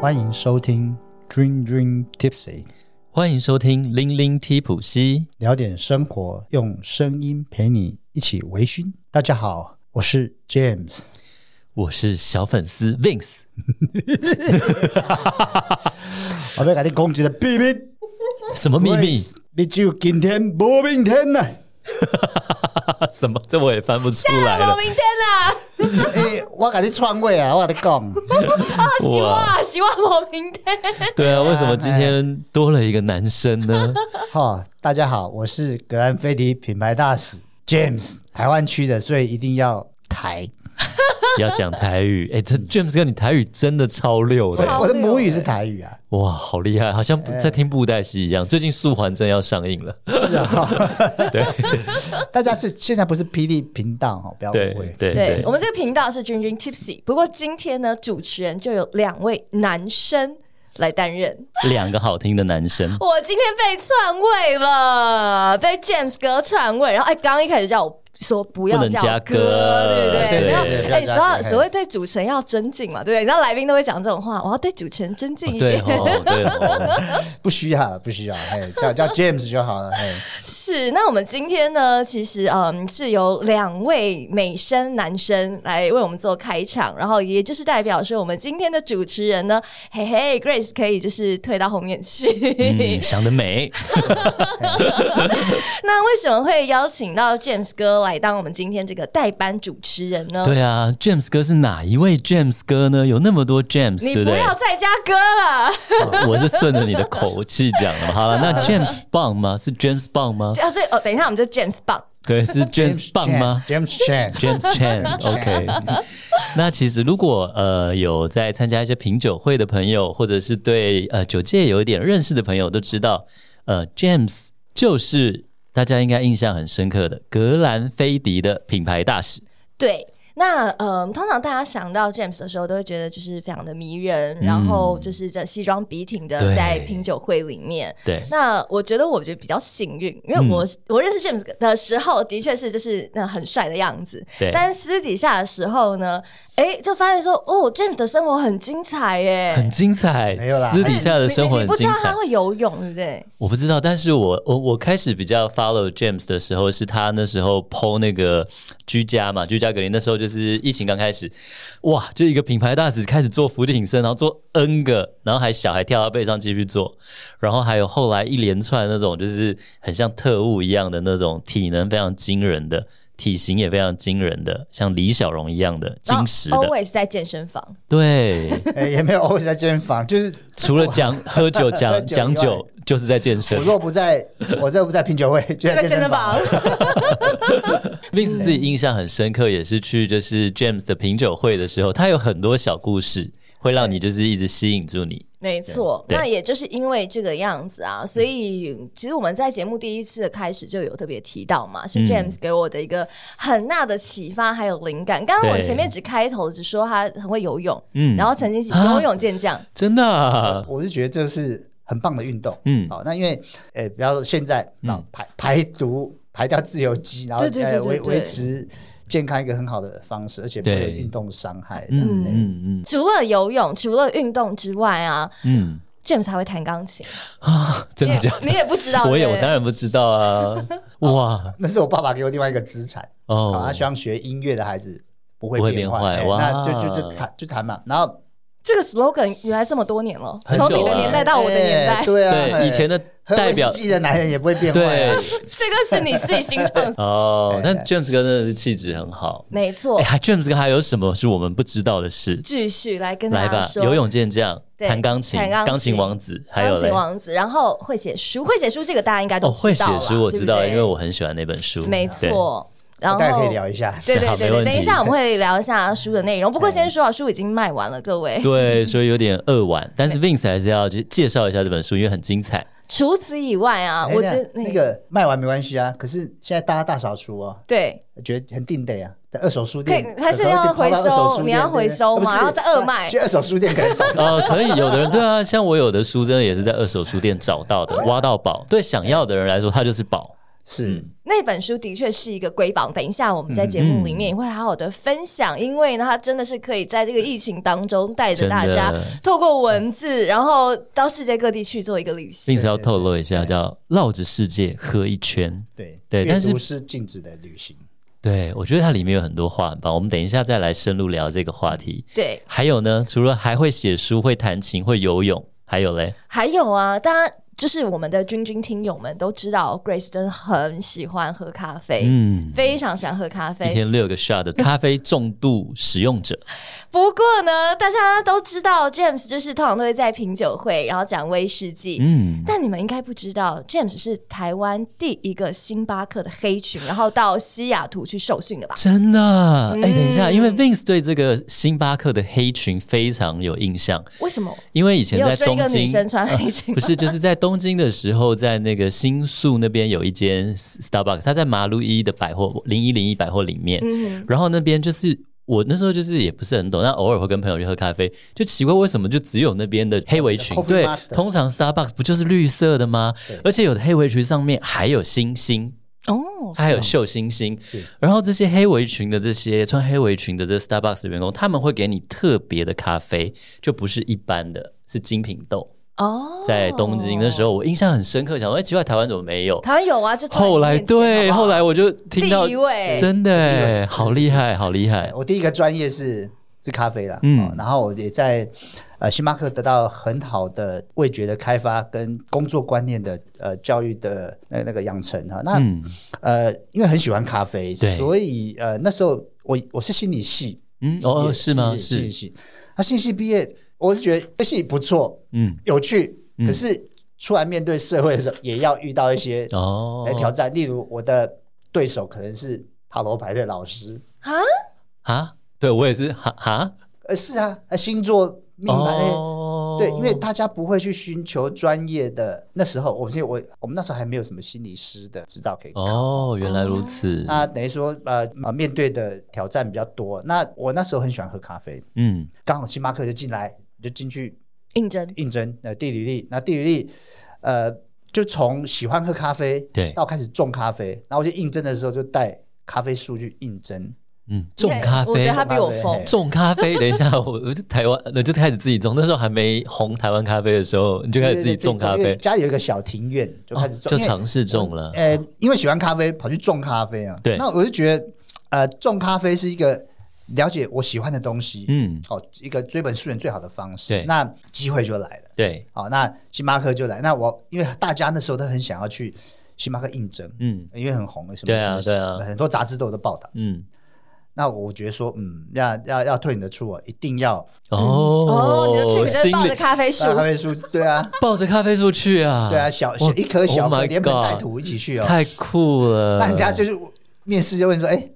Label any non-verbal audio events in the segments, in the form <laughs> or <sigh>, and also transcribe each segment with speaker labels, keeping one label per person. Speaker 1: 欢迎收听 Dream Dream Tipsy，
Speaker 2: 欢迎收听《零零 T 普西
Speaker 1: 聊点生活，用声音陪你一起微醺。大家好，我是 James。》，
Speaker 2: 我是小粉丝 Vince。
Speaker 1: 我要给你讲一个秘密，
Speaker 2: 什么秘密？
Speaker 1: 你只有今天，无明天啊呐、
Speaker 2: 什么？这我也翻不出来
Speaker 3: 我
Speaker 2: 了。
Speaker 3: 明天
Speaker 2: <laughs>
Speaker 3: 啊，
Speaker 1: 诶、我给你篡位啊！我跟你讲，
Speaker 3: 希望希望我明天。
Speaker 2: 对啊，为什么今天多了一个男生呢？ <laughs>
Speaker 1: 哈、大家好，我是格兰菲迪品牌大使 James，台湾区的，所以一定要台。
Speaker 2: 要讲台语。哎、这 James 哥，你台语真的超溜
Speaker 1: 我
Speaker 2: 的，
Speaker 3: 超
Speaker 1: 我的母语是台语啊，
Speaker 2: 哇，好厉害，好像在听布袋戏一
Speaker 3: 哎
Speaker 2: 样。最近《素还真》要上映了，
Speaker 1: 是啊。哈大家这现在不是霹雳频道哦，不要误
Speaker 2: 对
Speaker 1: 会。
Speaker 2: <laughs> 对
Speaker 3: 对
Speaker 2: 对
Speaker 3: 我，们这个频道是君君 Tipsy，不过今天呢，主持人就有两位男生来担任。
Speaker 2: 两个好听的男
Speaker 3: <laughs>
Speaker 2: 生。
Speaker 3: 我今天被篡位了，被 James 哥篡位。然后哎，刚刚一开始叫我。说不要
Speaker 2: 不能
Speaker 3: 叫
Speaker 2: 加
Speaker 3: 我
Speaker 2: 歌
Speaker 3: 哥，对不
Speaker 2: 对
Speaker 3: 对？然
Speaker 2: 对
Speaker 1: 对
Speaker 3: 后，哎，
Speaker 1: 不要加歌
Speaker 3: 说到
Speaker 1: 嘿
Speaker 3: 所谓对主持人要尊敬嘛，对不对？你知道来宾都会讲这种话，我要对主持人尊敬一
Speaker 2: 对
Speaker 3: 点。
Speaker 2: 哦，对
Speaker 3: <laughs>
Speaker 2: 哦，
Speaker 1: 不需要，不需要，嘿，叫叫 James 就好了，嘿，
Speaker 3: 是，那我们今天呢，其实嗯是由两位美声男生来为我们做开场，然后也就是代表说我们今天的主持人呢，嘿嘿，Grace 可以就是退到后面去。
Speaker 2: 嗯，想得美。
Speaker 3: <laughs> 那为什么会邀请到 James 哥来当我们今天这个代班主持人呢？
Speaker 2: 对啊，James 哥是哪一位 James 哥呢？有那么多 James，
Speaker 3: 你
Speaker 2: 对
Speaker 3: 不
Speaker 2: 对？
Speaker 3: 要再加歌
Speaker 2: <laughs>
Speaker 3: 了， <laughs>
Speaker 2: 我是顺着你的口气讲的嘛。好了，那 James Bond 吗？是 James Bond 吗？
Speaker 3: 啊，所以哦，等一下我们就 James 棒，
Speaker 2: 对，是 James Bond 吗
Speaker 1: Chan，James Chan，
Speaker 2: <laughs>？James Chan，OK。那其实如果呃有在参加一些品酒会的朋友，或者是对呃酒界有一点认识的朋友，都知道，呃，James 就是大家应该印象很深刻的格兰菲迪的品牌大使。
Speaker 3: 对。那嗯，通常大家想到 James 的时候，都会觉得就是非常的迷人，然后就是这西装笔挺的
Speaker 2: 对
Speaker 3: 在品酒会里面，
Speaker 2: 对，嗯
Speaker 3: 那我觉得我觉得比较幸运，因为我、我认识 James 的时候，的确是就是那很帅的样子，
Speaker 2: 对
Speaker 3: 但私底下的时候呢，哎，就发现说哦，James 的生活很精彩耶
Speaker 2: 很。精彩
Speaker 1: 没有，啦
Speaker 2: 私底下的生活很
Speaker 3: 哎你你你不知
Speaker 2: 精
Speaker 3: 道
Speaker 2: 彩
Speaker 3: 他。会游泳，对不对？
Speaker 2: 我不知道，但是我我我开始比较 follow James 的时候，是他那时候 PO 那个居家嘛，居家隔离那时候就是疫情刚开始，哇，就一个品牌大使开始做俯挺身，然后做 N 个，然后还小孩跳到背上继续做，然后还有后来一连串那种就是很像特务一样的那种体能非常惊人的。体型也非常惊人的，像李小龙一样的
Speaker 3: 然后
Speaker 2: 金石的，
Speaker 3: always 在健身房，
Speaker 2: 对。
Speaker 1: 哎，也没有 always 在健身房，就是
Speaker 2: 除了讲喝酒、
Speaker 1: 喝
Speaker 2: 讲
Speaker 1: 酒以
Speaker 2: 讲
Speaker 1: 外
Speaker 2: 酒，就是在健身
Speaker 1: 我。若不在，我若不在品酒会，就在
Speaker 3: 在
Speaker 1: 健
Speaker 3: 健
Speaker 1: 身
Speaker 3: 身
Speaker 1: 房
Speaker 3: 房。。
Speaker 2: Vince 自己印象很深刻，也是去就是 James 的品酒会的时候，他有很多小故事，会让你就是一直吸引住你。
Speaker 3: 没错，
Speaker 2: 对嗯
Speaker 3: 那也就是因为这个样子啊，所以其实我们在节目第一次的开始就有特别提到嘛，
Speaker 2: 嗯
Speaker 3: 是 James 给我的一个很大的启发还有灵感。刚刚我
Speaker 2: 对
Speaker 3: 前面只开头只说他很会游泳，
Speaker 2: 嗯
Speaker 3: 然后曾经是
Speaker 2: 啊
Speaker 3: 游泳健将，
Speaker 2: 真的啊、
Speaker 1: <laughs> 我是觉得这是很棒的运动，
Speaker 2: 嗯
Speaker 1: 好，那因为，呃，比方说现在，那排排毒排掉自由基，然后
Speaker 3: 对对对
Speaker 1: 呃
Speaker 3: 对
Speaker 1: 维
Speaker 3: 对
Speaker 1: 维持健康一个很好的方式，而且不会有
Speaker 2: 对
Speaker 1: 运动伤害，
Speaker 2: 嗯
Speaker 1: 嗯，
Speaker 2: 嗯嗯
Speaker 3: 除了游泳，除了运动之外啊
Speaker 2: 嗯
Speaker 3: ，James 还会弹
Speaker 2: <laughs>
Speaker 3: 钢琴，
Speaker 2: 啊，真
Speaker 3: 你
Speaker 2: 的
Speaker 3: 也
Speaker 2: 假的？
Speaker 3: 你也不知道，
Speaker 2: 我也
Speaker 3: 对
Speaker 2: 我
Speaker 3: 不对
Speaker 2: 当然不知道
Speaker 3: <laughs>
Speaker 2: 啊，哇
Speaker 1: 那是我爸爸给我另外一个资产，
Speaker 2: 哦
Speaker 3: 啊
Speaker 1: 好，他希望学音乐的孩子不会
Speaker 2: 不会
Speaker 1: 变
Speaker 2: 变坏
Speaker 1: 哎
Speaker 2: 哇
Speaker 1: 那就就就弹就弹嘛，然后
Speaker 3: 这个 slogan 原来这么多年了，
Speaker 2: 很久
Speaker 3: 从
Speaker 2: 啊
Speaker 3: 你的年代到我的年
Speaker 1: 哎
Speaker 3: 代，
Speaker 1: 对啊，哎
Speaker 2: 对以前的
Speaker 1: 喝
Speaker 2: 代
Speaker 1: 威士
Speaker 2: 表
Speaker 1: 忌的男人也不会变坏
Speaker 2: 对，
Speaker 1: 啊。
Speaker 3: <laughs> 这个是你自己新创
Speaker 2: <laughs> 哦
Speaker 1: 哎，
Speaker 2: 但 James 哥真的是气质很好。
Speaker 3: 没错
Speaker 2: 哎、。还 James 哥还有什么是我们不知道的事？
Speaker 3: 继续来跟大
Speaker 2: 来
Speaker 3: 家
Speaker 2: 吧，
Speaker 3: 啊说，
Speaker 2: 游泳健将，
Speaker 3: 对
Speaker 2: 弹钢琴，
Speaker 3: 弹钢琴
Speaker 2: 钢琴王子，还有
Speaker 3: 钢琴
Speaker 2: 嘞
Speaker 3: 王子，然后会写书，会写书这个大家应该都
Speaker 2: 哦，会
Speaker 3: 知
Speaker 2: 写
Speaker 3: 道啦
Speaker 2: 书我知道，
Speaker 3: 对不对
Speaker 2: 因为我很喜欢那本书。
Speaker 3: 没
Speaker 2: 对，
Speaker 3: 错。然后
Speaker 1: 大家可以嗯聊一下。
Speaker 3: 对
Speaker 2: <laughs> 好
Speaker 3: 对对
Speaker 2: 没问
Speaker 3: 对，
Speaker 2: 题
Speaker 3: 等一下我们会聊一下书的内容。不过先说啊，书已经卖完了，各位。
Speaker 2: 对，所以有点扼腕，但是 Vince 还是要去介绍一下这本书，因为很精彩。
Speaker 3: <laughs>
Speaker 2: <laughs>
Speaker 3: 除此以外啊，
Speaker 1: 哎
Speaker 3: 我
Speaker 1: 那
Speaker 3: 觉得
Speaker 1: 那个卖完没关系啊，可是现在大家大扫除哦，
Speaker 3: 对，
Speaker 1: 觉得很定的呀。在二手书
Speaker 3: 可
Speaker 1: 店
Speaker 3: 以还是要回收你要回收嘛然后再二卖
Speaker 1: 啊去二手书店可能找到。
Speaker 2: 哦，可以，有的人对啊， <laughs>
Speaker 3: <laughs>
Speaker 2: 像我有的书真的也是在二手书店找到的，挖到宝。对想要的人来说，它就是宝。
Speaker 1: 是
Speaker 2: 嗯
Speaker 3: 那本书的确是一个瑰宝，等一下我们在节目里面也会好好的分享，因为呢，它真的是可以在这个疫情当中带着大家
Speaker 2: 真的
Speaker 3: 透过文字，然后到世界各地去做一个旅行。
Speaker 2: 因此要透露一下，叫绕着世界喝一圈。
Speaker 1: 对
Speaker 2: 对
Speaker 1: 阅
Speaker 2: 但是
Speaker 1: 读是禁止的旅行，
Speaker 2: 对我觉得它里面有很多话很棒，我们等一下再来深入聊这个话题。
Speaker 3: 对，
Speaker 2: 还有呢，除了还会写书、会弹琴、会游泳，还有嘞，
Speaker 3: 还有啊，大家就是我们的君君听友们都知道，Grace 真的很喜欢喝咖啡，
Speaker 2: 嗯，
Speaker 3: 非常喜欢喝咖
Speaker 2: 一
Speaker 3: 啡。
Speaker 2: 天六个 shot 的咖啡重度使用
Speaker 3: <laughs>
Speaker 2: 者，
Speaker 3: 不过呢，大家都知道 James 就是通常都会在品酒会，然后讲威士忌。
Speaker 2: 嗯，
Speaker 3: 但你们应该不知道，James 是台湾第一个星巴克的黑裙，然后到西雅图去受训的吧？
Speaker 2: 真的，哎、等一下，
Speaker 3: 嗯
Speaker 2: 因为 Vince 对这个星巴克的黑裙非常有印象，
Speaker 3: 为什么？
Speaker 2: 因为以前
Speaker 3: 也有
Speaker 2: 在
Speaker 3: 追
Speaker 2: 东
Speaker 3: 一个女
Speaker 2: 京， <laughs>
Speaker 3: 生穿黑裙
Speaker 2: 不
Speaker 3: 吗？
Speaker 2: 是就是在东京的时候，在那个新宿那边有一间 Starbucks，它在马路一的百货零一零一百货里面，
Speaker 3: 嗯，
Speaker 2: 然后那边就是。我那时候就是也不是很懂，但偶尔会跟朋友去喝咖啡，就奇怪为什么就只有那边的黑围裙
Speaker 1: Coffee？
Speaker 2: 对，
Speaker 1: Master
Speaker 2: 通常 Starbucks 不就是绿色的吗？而且有的黑围裙上面还有星星，
Speaker 3: 哦，
Speaker 2: 它还有绣星星
Speaker 1: 是。
Speaker 2: 然后这些黑围裙的这些穿黑围裙的这 Starbucks 的员工，他们会给你特别的咖啡，就不是一般的，是精品豆。
Speaker 3: 哦，
Speaker 2: 在东京的时，候，我印象很深刻，想说，哎，奇怪，台湾怎么没有？
Speaker 3: 台湾有啊，就坐在
Speaker 2: 后来
Speaker 3: 你面前
Speaker 2: 对，
Speaker 3: 好不好欸
Speaker 2: 后来我就听到
Speaker 3: 第一位，
Speaker 2: 真的
Speaker 1: 第一
Speaker 2: 哎，
Speaker 1: 位
Speaker 2: 好厉害，好厉害，
Speaker 3: 哦
Speaker 1: 我第一个专业是是咖啡啦，
Speaker 2: 嗯
Speaker 1: 嗯、然后我也在呃星巴克得到很好的味觉的开发跟工作观念的呃教育的呃那个养成哈。那、
Speaker 2: 嗯
Speaker 1: 呃，因为很喜欢咖啡，
Speaker 2: 对
Speaker 1: 所以呃那时候我我是心理系，
Speaker 2: 嗯，哦，
Speaker 1: 也
Speaker 2: 是吗？
Speaker 1: 心理
Speaker 2: 是，
Speaker 1: 系，那心理系毕业，我是觉得这系不错，
Speaker 2: 嗯，
Speaker 1: 有趣，
Speaker 2: 嗯
Speaker 1: 可是出来面对社会的时候，也要遇到一些
Speaker 2: 哦
Speaker 3: 哎
Speaker 1: 呃，挑战，例如我的对手可能是塔罗牌的老师。
Speaker 3: 啊，
Speaker 2: 啊，对我也是，哈哈，
Speaker 1: 呃，是啊，呃，星座命盘、呃
Speaker 3: 哎
Speaker 2: 哦
Speaker 1: 对，因为大家不会去寻求专业的。那时候，我记得我我们那时候还没有什么心理师的执照可以考。
Speaker 2: 哦，原来如此，
Speaker 3: 啊
Speaker 1: 那等于说，呃呃，面对的挑战比较多。那我那时候很喜欢喝咖啡，
Speaker 2: 嗯，
Speaker 1: 刚好星巴克就进来，就进去
Speaker 3: 应征
Speaker 1: 应征呃地履历。那地履历，呃，就从喜欢喝咖啡
Speaker 2: 对
Speaker 1: 到开始种咖啡。然后我就应征的时候就带咖啡树去应征，
Speaker 2: 嗯，种咖
Speaker 3: 我觉
Speaker 2: 啡
Speaker 3: 得，他比我
Speaker 1: 种咖
Speaker 3: 疯
Speaker 1: 啡。
Speaker 2: 种咖啡。等一下，我我就台湾，我就开始自己种。那时候还没红台湾咖啡的时候，你就开始自己种咖
Speaker 1: 因为
Speaker 2: 啡，
Speaker 1: 家里有一个小庭院，就
Speaker 2: 哦
Speaker 1: 开始种，
Speaker 2: 就
Speaker 1: 因为
Speaker 2: 尝试种了。
Speaker 1: 呃，因为喜欢咖啡，跑去种咖啡啊。
Speaker 2: 对
Speaker 1: 那我就觉得，呃，种咖啡是一个了解我喜欢的东西，
Speaker 2: 嗯，
Speaker 1: 哦，一个追本溯源最好的方式
Speaker 2: 对。
Speaker 1: 那机会就来了，
Speaker 2: 对，
Speaker 1: 好、那星巴克就来。那我因为大家那时候都很想要去星巴克应征，
Speaker 2: 嗯
Speaker 1: 因为很红，什么
Speaker 2: 对啊
Speaker 1: 什么
Speaker 2: 对啊
Speaker 1: 很多杂志都有的报道。
Speaker 2: 嗯，
Speaker 1: 那我觉得说，嗯，要要要退你的出啊，一定要
Speaker 2: 哦
Speaker 3: 哦，，你的去你在
Speaker 2: 心
Speaker 3: 抱着
Speaker 2: 里
Speaker 3: 咖啡树
Speaker 1: 让，咖啡树，对啊，
Speaker 2: 抱着咖啡树去啊，
Speaker 1: 对啊，小小
Speaker 2: 哇
Speaker 1: 一颗小
Speaker 2: Oh my
Speaker 1: 颗，连盆
Speaker 2: God
Speaker 1: 带土一起去哦。
Speaker 2: 太酷了。
Speaker 1: 那人家就是面试就问说：“哎、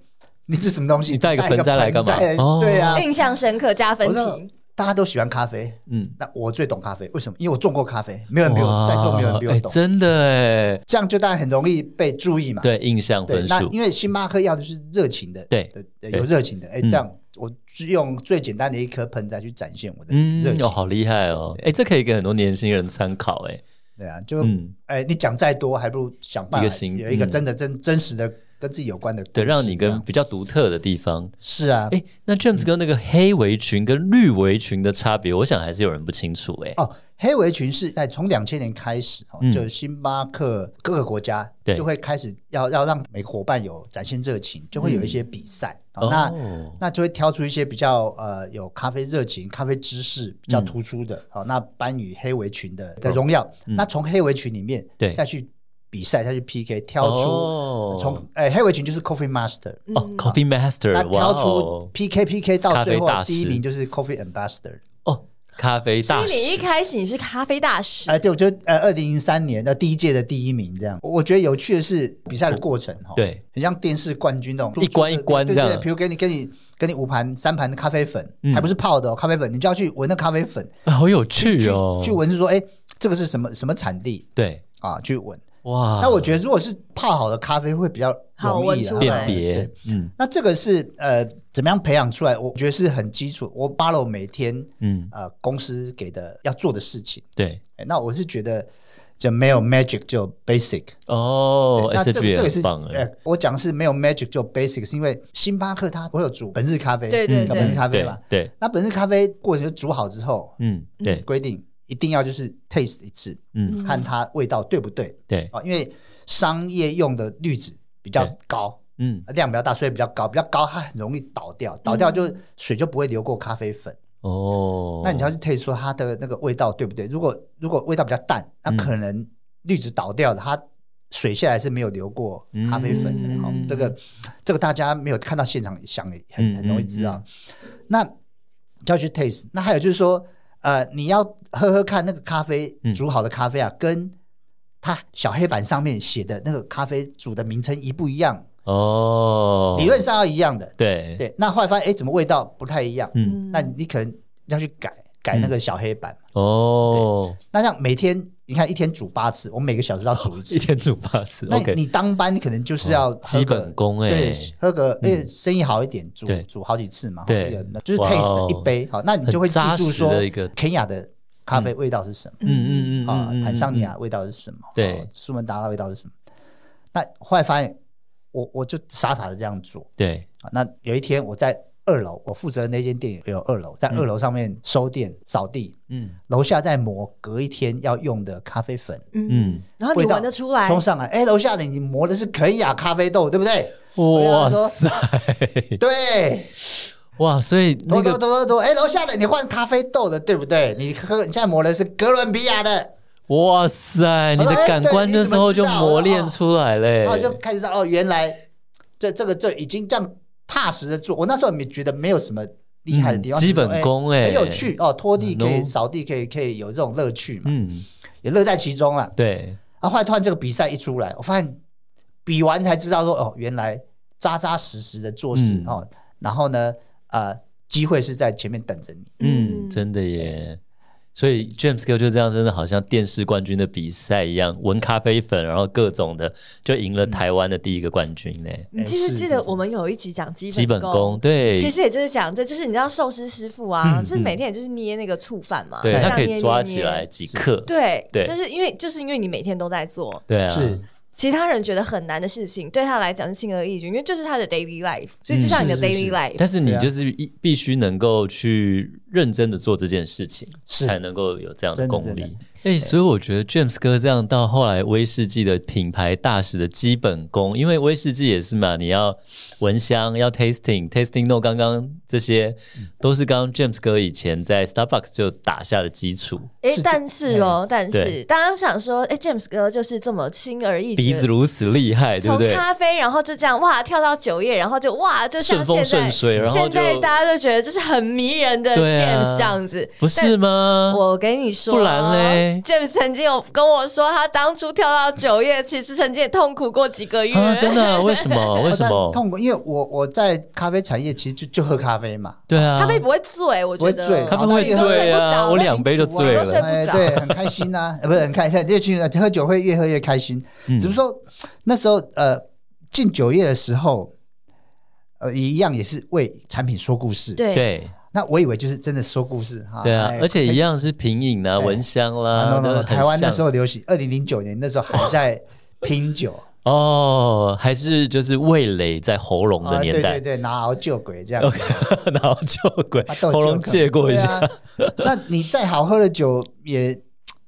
Speaker 1: 你这什么东西？
Speaker 2: 你带一个
Speaker 1: 你
Speaker 2: 盆栽来干嘛
Speaker 1: 盆栽
Speaker 2: 哦
Speaker 1: 对啊，
Speaker 3: <laughs> 印象深刻加分
Speaker 1: 我说
Speaker 3: 题。
Speaker 1: 大家都喜欢咖啡，
Speaker 2: 嗯，
Speaker 1: 那我最懂咖啡，为什么？因为我种过咖啡，没有人比我在座没有人比
Speaker 2: 哇哎
Speaker 1: 我懂，
Speaker 2: 真的哎，
Speaker 1: 这样就当然很容易被注意嘛。
Speaker 2: 对，印象
Speaker 1: 对
Speaker 2: 分
Speaker 1: 那
Speaker 2: 数
Speaker 1: 因为星巴克要的是热情的，
Speaker 2: 对
Speaker 1: 的的
Speaker 2: 对
Speaker 1: 有热情的，哎、
Speaker 2: 嗯
Speaker 1: 这样我用最简单的一颗盆栽去展现我的
Speaker 2: 嗯
Speaker 1: 热，情，
Speaker 2: 哦，好厉害哦！哎，这可以给很多年轻人参考哎。
Speaker 1: 对啊，就哎、
Speaker 2: 嗯
Speaker 1: 你讲再多，还不如想办
Speaker 2: 一个
Speaker 1: 法
Speaker 2: 行
Speaker 1: 有一个
Speaker 2: 嗯
Speaker 1: 真的真真实的跟自己有关的故事，
Speaker 2: 对，让你
Speaker 1: 这
Speaker 2: 跟
Speaker 1: 样
Speaker 2: 比较独特的地方。
Speaker 1: 是啊，
Speaker 2: 哎，那 James 跟那个黑围裙跟绿围裙的差别，我想还是有人不清楚哎。
Speaker 1: 哦，黑围裙是在从两千年开始哦，
Speaker 2: 嗯
Speaker 1: 就是星巴克各个国家
Speaker 2: 对嗯
Speaker 1: 就会开始要要让每个伙伴有展现热情，就会有一些比赛。哦
Speaker 2: 哦
Speaker 1: 那那就会挑出一些比较呃有咖啡热情、咖啡知识比较突出的，
Speaker 2: 嗯
Speaker 1: 好、那颁予黑围裙的的荣耀。那从黑围裙里面
Speaker 2: 对
Speaker 1: 再去比赛，再去 PK，挑出、
Speaker 2: 哦
Speaker 1: 从呃黑围裙就是 Coffee Master，
Speaker 2: 哦，Coffee Master，
Speaker 1: 那
Speaker 2: 哇
Speaker 1: 挑出
Speaker 2: 哦，
Speaker 1: PK PK 到最后
Speaker 2: 咖啡大师
Speaker 1: 第一名就是 Coffee Ambassador。
Speaker 2: 哦，咖啡
Speaker 3: 所
Speaker 2: 大
Speaker 3: 以你一
Speaker 2: 使，
Speaker 3: 开始你是咖啡大使
Speaker 1: 哎，对，我觉得呃，二零零三年的第一届的第一名这样，我我觉得有趣的是比赛的过程哈，
Speaker 2: 对，
Speaker 1: 很像电视冠军那种，
Speaker 2: 一关一关
Speaker 1: 对
Speaker 2: 这样
Speaker 1: 对对，比如给你给你给你五盘三盘的咖啡粉，
Speaker 2: 嗯
Speaker 1: 还不是泡的哦，咖啡粉，你就要去闻那咖啡粉，
Speaker 2: 啊好有趣
Speaker 1: 去
Speaker 2: 哦，
Speaker 1: 去闻是说，哎，这个是什么什么产地
Speaker 2: 对，
Speaker 1: 啊？去闻。
Speaker 2: 哇，
Speaker 1: 那我觉得如果是泡好的咖啡会比较
Speaker 3: 好
Speaker 1: 容
Speaker 3: 闻
Speaker 1: 易啦
Speaker 3: 出得
Speaker 2: 辨
Speaker 3: 来
Speaker 2: 别，嗯
Speaker 1: 那这个是呃，怎么样培养出来？我觉得是很基础。我 follow 每天
Speaker 2: 嗯，
Speaker 1: 呃公司给的要做的事情。
Speaker 2: 对，
Speaker 1: 哎那我是觉得就没有 magic 就有 basic。
Speaker 2: 哦，哎
Speaker 1: 那
Speaker 2: 这
Speaker 1: 这个
Speaker 2: 句
Speaker 1: 这
Speaker 2: 也
Speaker 1: 个
Speaker 2: 很
Speaker 1: 是
Speaker 2: 棒哎
Speaker 1: 呃，我讲的是没有 magic 就 basic，是因为星巴克它我有煮本日咖啡，
Speaker 3: 对对
Speaker 1: 叫
Speaker 3: 对
Speaker 1: 本日嗯咖啡
Speaker 2: 嗯对
Speaker 1: 嘛。
Speaker 2: 对，
Speaker 1: 那本日咖啡过程就煮好之后，
Speaker 2: 嗯对
Speaker 1: 规定一定要就是 taste 一次，
Speaker 2: 嗯
Speaker 1: 看它味道对不对
Speaker 2: 对
Speaker 1: 啊、因为商业用的滤纸比较
Speaker 2: 对
Speaker 1: 高，
Speaker 2: 嗯
Speaker 1: 量比较大，所以比较高，比较高它很容易倒掉，倒
Speaker 3: 嗯
Speaker 1: 掉就水就不会流过咖啡粉。
Speaker 2: 哦，
Speaker 1: 那你要去 taste 说它的那个味道对不对？如果如果味道比较淡，那
Speaker 2: 嗯
Speaker 1: 可能滤纸倒掉了，它水下来是没有流过咖啡粉的。好、
Speaker 2: 嗯
Speaker 1: 这个这个大家没有看到现场想也
Speaker 2: 嗯
Speaker 1: 很很容易知道。那就要去 taste。那还有就是说，呃，你要喝喝看那个咖啡
Speaker 2: 嗯
Speaker 1: 煮好的咖啡啊，跟它小黑板上面写的那个咖啡煮的名称一不一样？
Speaker 2: 哦，
Speaker 1: 理论上要一样的。
Speaker 2: 对
Speaker 1: 对，那后来发现，哎，怎么味道不太一样？
Speaker 2: 嗯
Speaker 1: 那你可能要去改改那个小黑板。
Speaker 2: 哦，
Speaker 1: 那像每天你看一天煮八次，我每个小时要煮一
Speaker 2: <laughs> 一
Speaker 1: 次。
Speaker 2: 天煮八次
Speaker 1: 那
Speaker 2: ，OK，
Speaker 1: 你当班可能就是要
Speaker 2: 哦
Speaker 1: 喝
Speaker 2: 基
Speaker 1: 个
Speaker 2: 本功欸
Speaker 1: 对，喝个
Speaker 2: 嗯
Speaker 1: 哎生意好一点，煮
Speaker 2: 对
Speaker 1: 煮好几次嘛，
Speaker 2: 对
Speaker 1: 一个人就是
Speaker 2: 哇哦
Speaker 1: taste 一杯，好，那你就会
Speaker 2: 很
Speaker 1: 记
Speaker 2: 扎
Speaker 1: 住
Speaker 2: 实
Speaker 1: 说
Speaker 2: 的一个
Speaker 1: 肯雅的咖啡味道是什么
Speaker 2: 嗯嗯嗯
Speaker 1: 啊，
Speaker 2: 嗯，
Speaker 1: 坦桑尼亚
Speaker 2: 嗯，
Speaker 1: 味道是什么，
Speaker 2: 对
Speaker 1: 啊苏门答腊味道是什么？那后来发现，我我就傻傻的这样做，
Speaker 2: 对，
Speaker 1: 啊，那有一天我在二楼，我负责的那间店有二楼，在二楼上面收店、扫地，
Speaker 2: 嗯
Speaker 1: 楼下在磨隔一天要用的咖啡粉，
Speaker 3: 嗯，
Speaker 2: 嗯，
Speaker 3: 然后你
Speaker 1: 味道
Speaker 3: 闻得出来，
Speaker 1: 冲上来，哎，楼下的你磨的是肯雅咖啡豆，对不对？
Speaker 2: 哇
Speaker 1: 我跟他说
Speaker 2: 塞，
Speaker 1: 对，
Speaker 2: <laughs> 哇，所以
Speaker 1: 多
Speaker 2: 那
Speaker 1: 多
Speaker 2: 个
Speaker 1: 多多多，哎，楼下的你换咖啡豆的，对不对？你喝，你现在磨的是哥伦比亚的，
Speaker 2: 哇塞，你的
Speaker 1: 哎
Speaker 2: 感
Speaker 1: 对
Speaker 2: 官
Speaker 1: 你
Speaker 2: 那
Speaker 1: 怎
Speaker 2: 时
Speaker 1: 么
Speaker 2: 候
Speaker 1: 知
Speaker 2: 就
Speaker 1: 道
Speaker 2: 磨
Speaker 1: 啊
Speaker 2: 练出来嘞
Speaker 1: 然，后就开始知道哦，原来这这个这已经这样踏实的做，我那时候也觉得没有什么厉害的地方，
Speaker 2: 嗯基本功
Speaker 1: 哎，
Speaker 2: 哎
Speaker 1: 很有趣哦，拖地可
Speaker 2: 嗯
Speaker 1: 以，扫地可以，可以有这种乐趣嘛，
Speaker 2: 嗯，
Speaker 1: 也乐在其中啦。
Speaker 2: 对，
Speaker 1: 啊，后来突然这个比赛一出来，我发现比完才知道说，哦，原来扎扎实实的做事、
Speaker 2: 嗯
Speaker 1: 哦，然后呢，呃，机会是在前面等着你。
Speaker 2: 嗯，真的耶。所以 James 哥就这样，真的好像电视冠军的比赛一样，闻咖啡粉，然后各种的，就赢了台湾的第一个冠军嘞。
Speaker 3: 你记不
Speaker 1: 哎
Speaker 3: 记
Speaker 1: 是
Speaker 3: 得
Speaker 1: 是是
Speaker 3: 我们有一集讲基
Speaker 2: 嗯基本
Speaker 3: 功
Speaker 2: 功，？对，
Speaker 3: 其实也就是讲，这就是你知道寿司师傅啊，
Speaker 2: 嗯
Speaker 3: 就是每天也就是捏那个醋饭嘛，
Speaker 2: 对
Speaker 3: 这
Speaker 2: 他
Speaker 3: 样
Speaker 2: 可
Speaker 3: 捏
Speaker 2: 以抓
Speaker 3: 捏
Speaker 2: 起
Speaker 3: 捏
Speaker 2: 来几克，
Speaker 3: 对，
Speaker 2: 对
Speaker 3: 就是因为就是因为你每天都在做，
Speaker 2: 对啊，
Speaker 1: 是，
Speaker 3: 其他人觉得很难的事情，对他来讲是轻而易举，因为就是他的 daily life，所
Speaker 2: 嗯
Speaker 3: 以就像你的
Speaker 1: 是是
Speaker 3: daily
Speaker 1: 是
Speaker 3: life，、
Speaker 2: 但是你
Speaker 1: 对啊
Speaker 2: 就是一必须能够去认真的做这件事情，
Speaker 1: 是
Speaker 2: 才能够有这样的
Speaker 1: 真的
Speaker 2: 功
Speaker 1: 真的
Speaker 2: 力。哎、所以我觉得 James 哥这样到后来威士忌的品牌大使的基本功，因为威士忌也是嘛，你要闻香，要 tasting tasting no，刚刚这些都是刚刚 James 哥以前在 Starbucks 就打下的基础，
Speaker 3: 诶，
Speaker 1: 是
Speaker 3: 但是哦，但是
Speaker 2: 嗯对
Speaker 3: 大家想说，诶 j a m e s 哥就是这么轻而易举，
Speaker 2: 鼻子如此厉害，对不
Speaker 3: 从
Speaker 2: 对？
Speaker 3: 咖啡，然后就这样哇跳到酒业，然后就哇，就
Speaker 2: 顺
Speaker 3: 像
Speaker 2: 风
Speaker 3: 现在
Speaker 2: 顺水然后
Speaker 3: 现在
Speaker 2: 就
Speaker 3: 大家都觉得就是很迷人的
Speaker 2: 对啊
Speaker 3: James 这样子，
Speaker 2: 不是吗？
Speaker 3: 我跟你说，哦
Speaker 2: 不然嘞
Speaker 3: ，James 曾经有跟我说，他当初跳到九月，其实曾经也痛苦过几个月。
Speaker 2: 啊，真的啊、为什么？为
Speaker 1: 我
Speaker 2: 什
Speaker 1: 在
Speaker 2: 么？
Speaker 1: 痛苦？因为我我在咖啡产业其实就就喝咖啡嘛，
Speaker 2: 对啊，
Speaker 3: 咖啡不会醉，我觉
Speaker 1: 不会
Speaker 3: 得
Speaker 1: 醉
Speaker 2: 他
Speaker 1: 咖
Speaker 2: 们
Speaker 1: 啡
Speaker 2: 会
Speaker 1: 你都睡
Speaker 2: 醉
Speaker 3: 不
Speaker 2: 啊，
Speaker 3: 着
Speaker 2: 我
Speaker 3: 那
Speaker 2: 两杯就
Speaker 1: 幸福啊
Speaker 2: 醉
Speaker 3: 都睡
Speaker 2: 了。
Speaker 3: 不
Speaker 1: 哎，
Speaker 3: 着
Speaker 1: 对，很开心呐、
Speaker 2: <laughs>
Speaker 1: 呃不是很开心，越去喝酒会越喝越开心。
Speaker 2: 嗯
Speaker 1: 只是说那时候呃进酒业的时候，呃一样也是为产品说故事。，
Speaker 3: 对，
Speaker 2: 对
Speaker 1: 那我以为就是真的说故事哈。
Speaker 2: 对啊
Speaker 1: 哎，
Speaker 2: 而且
Speaker 1: 可以
Speaker 2: 一样是品饮啊、
Speaker 1: 对
Speaker 2: 蚊香啦，
Speaker 1: 啊，no no
Speaker 2: 都
Speaker 1: no，
Speaker 2: 很像
Speaker 1: 台湾那时候流行，二零零九年那时候还在拼
Speaker 2: <laughs>
Speaker 1: 酒
Speaker 2: 哦，还是就是味蕾在喉咙
Speaker 1: 啊，
Speaker 2: 的
Speaker 1: 对
Speaker 2: 年
Speaker 1: 对
Speaker 2: 代。
Speaker 1: 对，拿熬救鬼这样。啊
Speaker 2: OK，然 <laughs> 后就鬼
Speaker 1: 把豆
Speaker 2: 喉咙借过一下，
Speaker 1: 对啊。那你再好喝的酒也，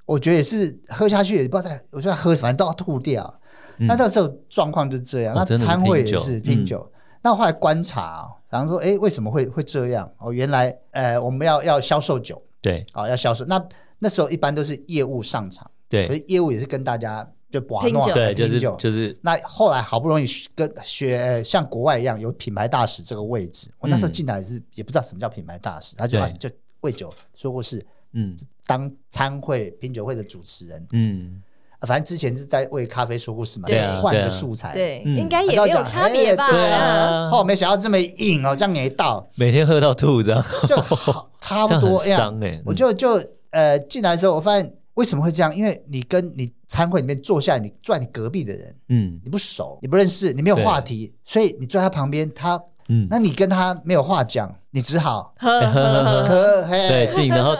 Speaker 1: 我觉得也是喝下去也不知道在，我就要喝，反正都要吐掉。那那时候状况就这样，
Speaker 2: 嗯哦
Speaker 1: 那
Speaker 2: 真的是
Speaker 1: 餐会也
Speaker 2: 拼酒
Speaker 1: 是
Speaker 2: 嗯
Speaker 1: 拼酒。那后来观察哦，然后说，哎，为什么会会这样？哦，原来，呃，我们要要销售酒
Speaker 2: 对
Speaker 1: 啊、哦要销售。那那时候一般都是业务上场，可
Speaker 2: 对
Speaker 1: 是业务也是跟大家就把
Speaker 3: 拼酒
Speaker 2: 对，就
Speaker 1: 拼
Speaker 2: 是
Speaker 1: 酒。
Speaker 2: 就是
Speaker 1: 那后来好不容易学跟学呃像国外一样有品牌大使这个位置，我那时候
Speaker 2: 嗯
Speaker 1: 进来也是也不知道什么叫品牌大使，他就
Speaker 2: 对
Speaker 1: 啊就魏九说过是
Speaker 2: 嗯
Speaker 1: 当餐会品酒会的主持人，
Speaker 2: 嗯，
Speaker 1: 啊反正之前是在为咖啡说故事嘛，
Speaker 3: 对
Speaker 2: 啊
Speaker 1: 就换个素材，
Speaker 3: 对，啊
Speaker 2: 嗯
Speaker 3: 应该也没有差别吧？
Speaker 1: 还是要
Speaker 2: 对
Speaker 1: 讲
Speaker 3: 啊
Speaker 2: 啊，
Speaker 1: 后没想到这么硬哦，这样也
Speaker 2: <laughs>
Speaker 1: 到
Speaker 2: 每天喝到吐这样，
Speaker 1: 就好差
Speaker 2: 这
Speaker 1: 不
Speaker 2: 样
Speaker 1: 多
Speaker 2: 很伤哎。嗯
Speaker 1: 我就就呃进来的时候，我发现为什么会这样，因为你跟你餐会里面坐下来，你坐在你隔壁的人。
Speaker 2: 嗯
Speaker 1: 你不熟，你不认识，你没有
Speaker 2: 对
Speaker 1: 话题，所以你坐在他旁边，他
Speaker 2: 嗯，
Speaker 1: 那你跟他没有话讲，你只好
Speaker 3: 呵呵呵呵，
Speaker 1: 可嘿
Speaker 2: 嗯
Speaker 3: <laughs>
Speaker 2: 对进，然后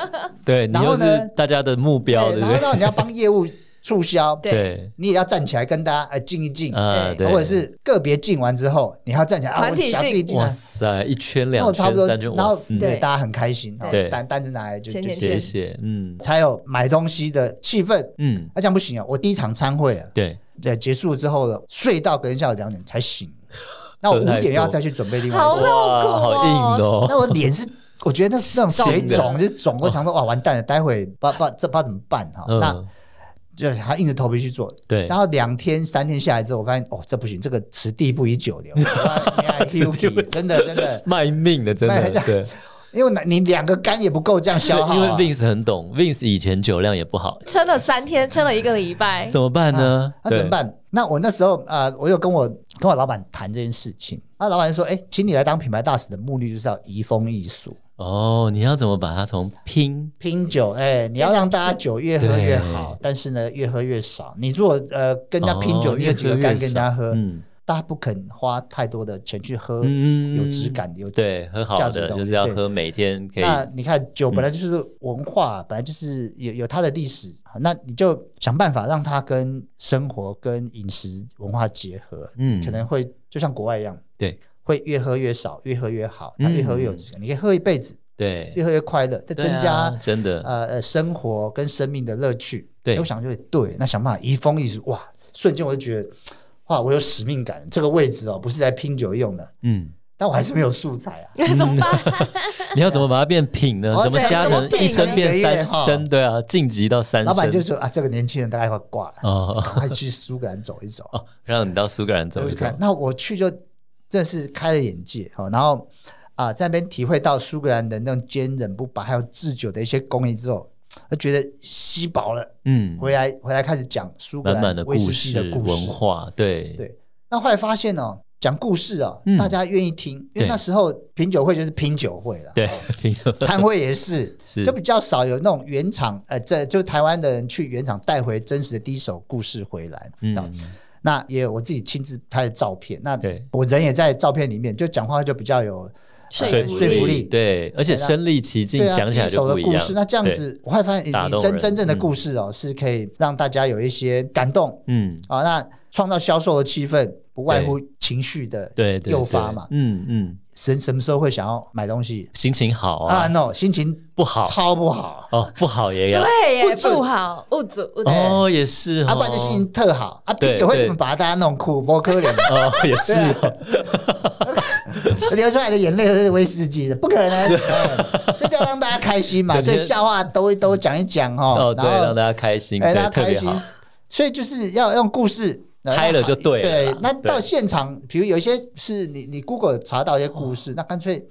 Speaker 2: 对你
Speaker 1: 然
Speaker 2: 又
Speaker 1: 后呢
Speaker 2: 是大家的目标，
Speaker 1: 对
Speaker 2: 对不
Speaker 1: 然后
Speaker 2: 对？
Speaker 1: 呢，你要帮业务促销，
Speaker 2: <laughs>
Speaker 3: 对
Speaker 2: 对，
Speaker 1: 你也要站起来跟大家呃敬一敬，
Speaker 2: 啊，
Speaker 3: 对
Speaker 2: 对，
Speaker 1: 或者是个别敬完之后，你还要站起来啊，
Speaker 3: 团
Speaker 1: 我
Speaker 3: 体
Speaker 1: 小弟
Speaker 3: 敬
Speaker 1: 敬
Speaker 2: 哇
Speaker 1: 了。
Speaker 2: 塞，一圈
Speaker 1: 然后
Speaker 2: 两
Speaker 1: 差不
Speaker 2: 圈
Speaker 1: 多
Speaker 2: 三圈，，
Speaker 1: 然
Speaker 2: 哇
Speaker 1: 后
Speaker 2: 塞，嗯
Speaker 3: 对
Speaker 1: 大家很开心，哦
Speaker 2: 对
Speaker 1: 单单子拿来就
Speaker 3: 圈
Speaker 1: 就
Speaker 3: 圈
Speaker 1: 是
Speaker 2: 谢谢，嗯
Speaker 1: 才有买东西的气氛。
Speaker 2: 嗯，
Speaker 1: 那、这样不行啊！我第一场参会啊，
Speaker 2: 对，
Speaker 1: 对，结束之后了，睡到隔天下午两点才
Speaker 2: <laughs>
Speaker 1: 醒，那我
Speaker 2: 喝太
Speaker 1: 五点要
Speaker 2: 多
Speaker 1: 再去准备另外
Speaker 3: 好
Speaker 1: 一
Speaker 3: 痛苦
Speaker 1: 场，
Speaker 2: 哇，
Speaker 3: 哦
Speaker 2: 好硬哦，
Speaker 1: 那我脸是，我觉
Speaker 2: <laughs>
Speaker 1: 得那那种水
Speaker 2: 肿的
Speaker 1: 肿就是肿，我想说哇完蛋了，待会不知道不知道这不知道怎么办哈、那
Speaker 2: 嗯，
Speaker 1: 就还硬着头皮去做，
Speaker 2: 对
Speaker 1: 然，后两天三天下来之后，我发现哦这不行，这个此地不宜久
Speaker 2: <laughs>
Speaker 1: 留，我要
Speaker 2: 此地
Speaker 1: PUP
Speaker 2: 不宜
Speaker 1: 真的真的，
Speaker 2: 卖命的，真
Speaker 1: 卖
Speaker 2: 的，
Speaker 1: 命
Speaker 2: 对，
Speaker 1: 因为你两个肝也不够这样消耗、
Speaker 2: 因为
Speaker 1: 啊。哎
Speaker 2: Vince 很懂，Vince 以前酒量也不好，
Speaker 3: 撑了三天，撑了一个礼
Speaker 2: <laughs>
Speaker 3: 拜，
Speaker 2: 怎么办呢？
Speaker 1: 啊那怎么
Speaker 2: 对？
Speaker 1: 办？那我那时候呃，我有跟我跟我老板谈这件事情，那老板就说：“哎，请你来当品牌大使的目的就是要移风易俗，
Speaker 2: 哦，你要怎么把它从拼
Speaker 1: 拼酒，哎，你要让大家酒越喝越好
Speaker 2: 对，
Speaker 1: 但是呢，越喝越少。你如果呃跟人家拼酒，
Speaker 2: 哦
Speaker 1: 你有几个
Speaker 2: 越
Speaker 1: 干
Speaker 2: 喝
Speaker 1: 跟
Speaker 2: 越
Speaker 1: 人家喝，
Speaker 2: 嗯
Speaker 1: 大家不肯花太多的钱去喝
Speaker 2: 嗯
Speaker 1: 有质感的有。
Speaker 2: 对，喝好
Speaker 1: 价值
Speaker 2: 的
Speaker 1: 懂
Speaker 2: 就是要
Speaker 1: 对
Speaker 2: 喝每天可以，
Speaker 1: 那你看酒本来就是文化，本来就是有有它的历史，那你就想办法让它跟生活跟饮食文化结合，
Speaker 2: 嗯
Speaker 1: 可能会就像国外一样。”
Speaker 2: 对
Speaker 1: 会越喝越少，越喝越好，
Speaker 2: 嗯
Speaker 1: 那越喝越有质感。你可以喝一辈子，
Speaker 2: 对，
Speaker 1: 越喝越快乐，再
Speaker 2: 对
Speaker 1: 增
Speaker 2: 啊
Speaker 1: 加、
Speaker 2: 真的，
Speaker 1: 呃呃生活跟生命的乐趣。
Speaker 2: 对
Speaker 1: 我想就对，那想办法移风易俗，哇，瞬间我就觉得，哇，我有使命感。这个位置哦，不是来拼酒用的，
Speaker 2: 嗯，
Speaker 1: 但我还是没有素材啊。
Speaker 3: <laughs> 怎么办？
Speaker 2: 你要怎么把它变品呢？
Speaker 1: 哦
Speaker 2: 怎么
Speaker 1: 对
Speaker 2: 加
Speaker 1: 怎么
Speaker 2: 成
Speaker 1: 变
Speaker 2: 一升变
Speaker 1: 一个月
Speaker 2: 三
Speaker 1: 哈
Speaker 2: 升？对啊，晋级到三
Speaker 1: 老板就
Speaker 2: 升。
Speaker 1: 说啊，这个年轻人大概快挂了，
Speaker 2: <laughs> 哦
Speaker 1: 赶快去苏格兰走一走。
Speaker 2: 哦，让你到苏格兰 <laughs> 走
Speaker 1: 我
Speaker 2: 一
Speaker 1: 就
Speaker 2: 走
Speaker 1: 看，。那我去就真是开了眼界哦。然后啊、在那边体会到苏格兰的那种坚韧不拔，还有制酒的一些工艺之后，就觉得吸饱了。
Speaker 2: 嗯，
Speaker 1: 回来回来开始讲苏格
Speaker 2: 满满
Speaker 1: 兰
Speaker 2: 的
Speaker 1: 威
Speaker 2: 故
Speaker 1: 士忌
Speaker 2: 事
Speaker 1: 的故
Speaker 2: 文化，对
Speaker 1: 对那后来发现哦，讲故事哦，
Speaker 2: 嗯
Speaker 1: 大家愿意听，因
Speaker 2: 对
Speaker 1: 为那时候品酒会就是品酒会了。
Speaker 2: 对， <laughs> 品酒
Speaker 1: 餐会也是
Speaker 2: <laughs> 是，
Speaker 1: 就比较少有那种原厂，呃，这就是台湾的人去原厂带回真实的第一手故事回来。
Speaker 2: 嗯，
Speaker 1: 那也有我自己亲自拍的照片，那
Speaker 2: 对
Speaker 1: 我人也在照片里面，就讲话就比较有
Speaker 3: 说
Speaker 1: 说
Speaker 3: 服
Speaker 1: 服
Speaker 3: 力
Speaker 1: 力，
Speaker 2: 对，而且身临其境
Speaker 1: 对啊，
Speaker 2: 讲起来
Speaker 1: 第一
Speaker 2: 就
Speaker 1: 手的
Speaker 2: 不一
Speaker 1: 故
Speaker 2: 样
Speaker 1: 事。。那这样
Speaker 2: 对，
Speaker 1: 子，我会发现
Speaker 2: 打
Speaker 1: 你
Speaker 2: 动
Speaker 1: 真
Speaker 2: 人
Speaker 1: 真正的
Speaker 2: 嗯
Speaker 1: 故事哦，是可以让大家有一些感动，
Speaker 2: 嗯，
Speaker 1: 啊，那创造销售的气氛，不外乎情绪的
Speaker 2: 对，对
Speaker 1: 诱
Speaker 2: 对
Speaker 1: 发嘛。
Speaker 2: 嗯嗯，
Speaker 1: 神什么时候会想要买东西
Speaker 2: 心情好
Speaker 1: 啊
Speaker 2: 啊，
Speaker 1: ？no，心情
Speaker 2: 不好
Speaker 1: 超不好，
Speaker 2: 哦，不好也要
Speaker 3: 对耶，
Speaker 1: 不准
Speaker 3: 不好，不足不足，
Speaker 2: 哦，也是哦，
Speaker 1: 啊，不然就心情特好啊。
Speaker 2: 对
Speaker 1: 啤酒会怎么
Speaker 2: 对
Speaker 1: 把大家弄哭？剥可怜，啊
Speaker 2: 哦，
Speaker 1: <laughs>
Speaker 2: 也是哦，
Speaker 1: 流出来的眼泪都是威士忌的，不
Speaker 2: <laughs>
Speaker 1: 可能。哎所以就要让大家开心嘛，
Speaker 2: 整
Speaker 1: 所
Speaker 2: 天
Speaker 1: 以笑话兜一兜，讲一讲
Speaker 2: 哦，
Speaker 1: 哦，
Speaker 2: 对，
Speaker 1: 然
Speaker 2: 让
Speaker 1: 后
Speaker 2: 大家开心，
Speaker 1: 哎，
Speaker 2: 对
Speaker 1: 大家，
Speaker 2: 特
Speaker 1: 开
Speaker 2: 别
Speaker 1: 心
Speaker 2: 好，。
Speaker 1: 所以就是要用故事。然后
Speaker 2: 嗨了
Speaker 1: 好
Speaker 2: 就对了
Speaker 1: 对
Speaker 2: 啦，
Speaker 1: 那
Speaker 2: 对
Speaker 1: 到现场，比如有一些是你你 Google 查到一些故
Speaker 2: 哦
Speaker 1: 事，那干脆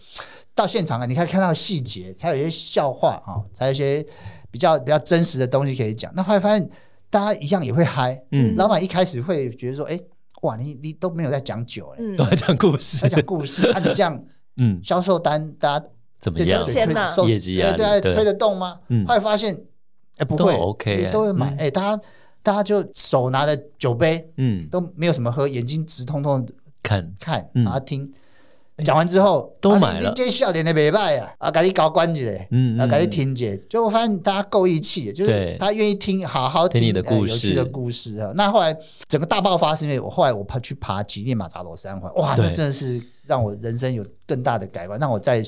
Speaker 1: 到现场啊，你可以看到细节，才有一些笑话啊、哦，才有一些比较比较真实的东西可以讲。那后来发现大家一样也会嗨，
Speaker 2: 嗯
Speaker 1: 老板一开始会觉得说，哎，哇，你你都没有在讲酒、欸，
Speaker 3: 嗯
Speaker 2: 都，在讲故
Speaker 1: 在
Speaker 2: 事，
Speaker 1: 讲故事，啊，你这样
Speaker 2: 嗯，
Speaker 1: 销售单大家
Speaker 2: 怎么
Speaker 1: 对这
Speaker 2: 样
Speaker 1: 样？
Speaker 3: 钱呐
Speaker 1: 收
Speaker 2: 业绩压力
Speaker 1: 对啊，
Speaker 2: 对
Speaker 1: 推得动吗？
Speaker 2: 嗯
Speaker 1: 后来发现，哎，不
Speaker 2: 都
Speaker 1: 会
Speaker 2: OK，
Speaker 1: 也
Speaker 2: 哎
Speaker 1: 都会买
Speaker 2: 嗯，
Speaker 1: 哎，大家大家就手拿着酒杯。
Speaker 2: 嗯，
Speaker 1: 都没有什么喝，眼睛直通通地
Speaker 2: 看，
Speaker 1: 看，
Speaker 2: 嗯
Speaker 1: 然后听。讲完之后，
Speaker 2: 都
Speaker 1: 啊
Speaker 2: 买
Speaker 1: 你
Speaker 2: 了
Speaker 1: 你这笑点的袂歹啊，啊，赶紧搞关起来，
Speaker 2: 嗯
Speaker 1: 啊，
Speaker 2: 嗯
Speaker 1: 赶紧
Speaker 2: 嗯
Speaker 1: 听解。就我发现大家够义气，就
Speaker 2: 对
Speaker 1: 是他愿意听，好好
Speaker 2: 听你的
Speaker 1: 呃有
Speaker 2: 故事
Speaker 1: 趣的故事啊。那后来整个大爆发是因为我后来我爬去爬吉列马扎罗山环，哇，
Speaker 2: 对
Speaker 1: 那真的是让我人生有更大的改观，让我在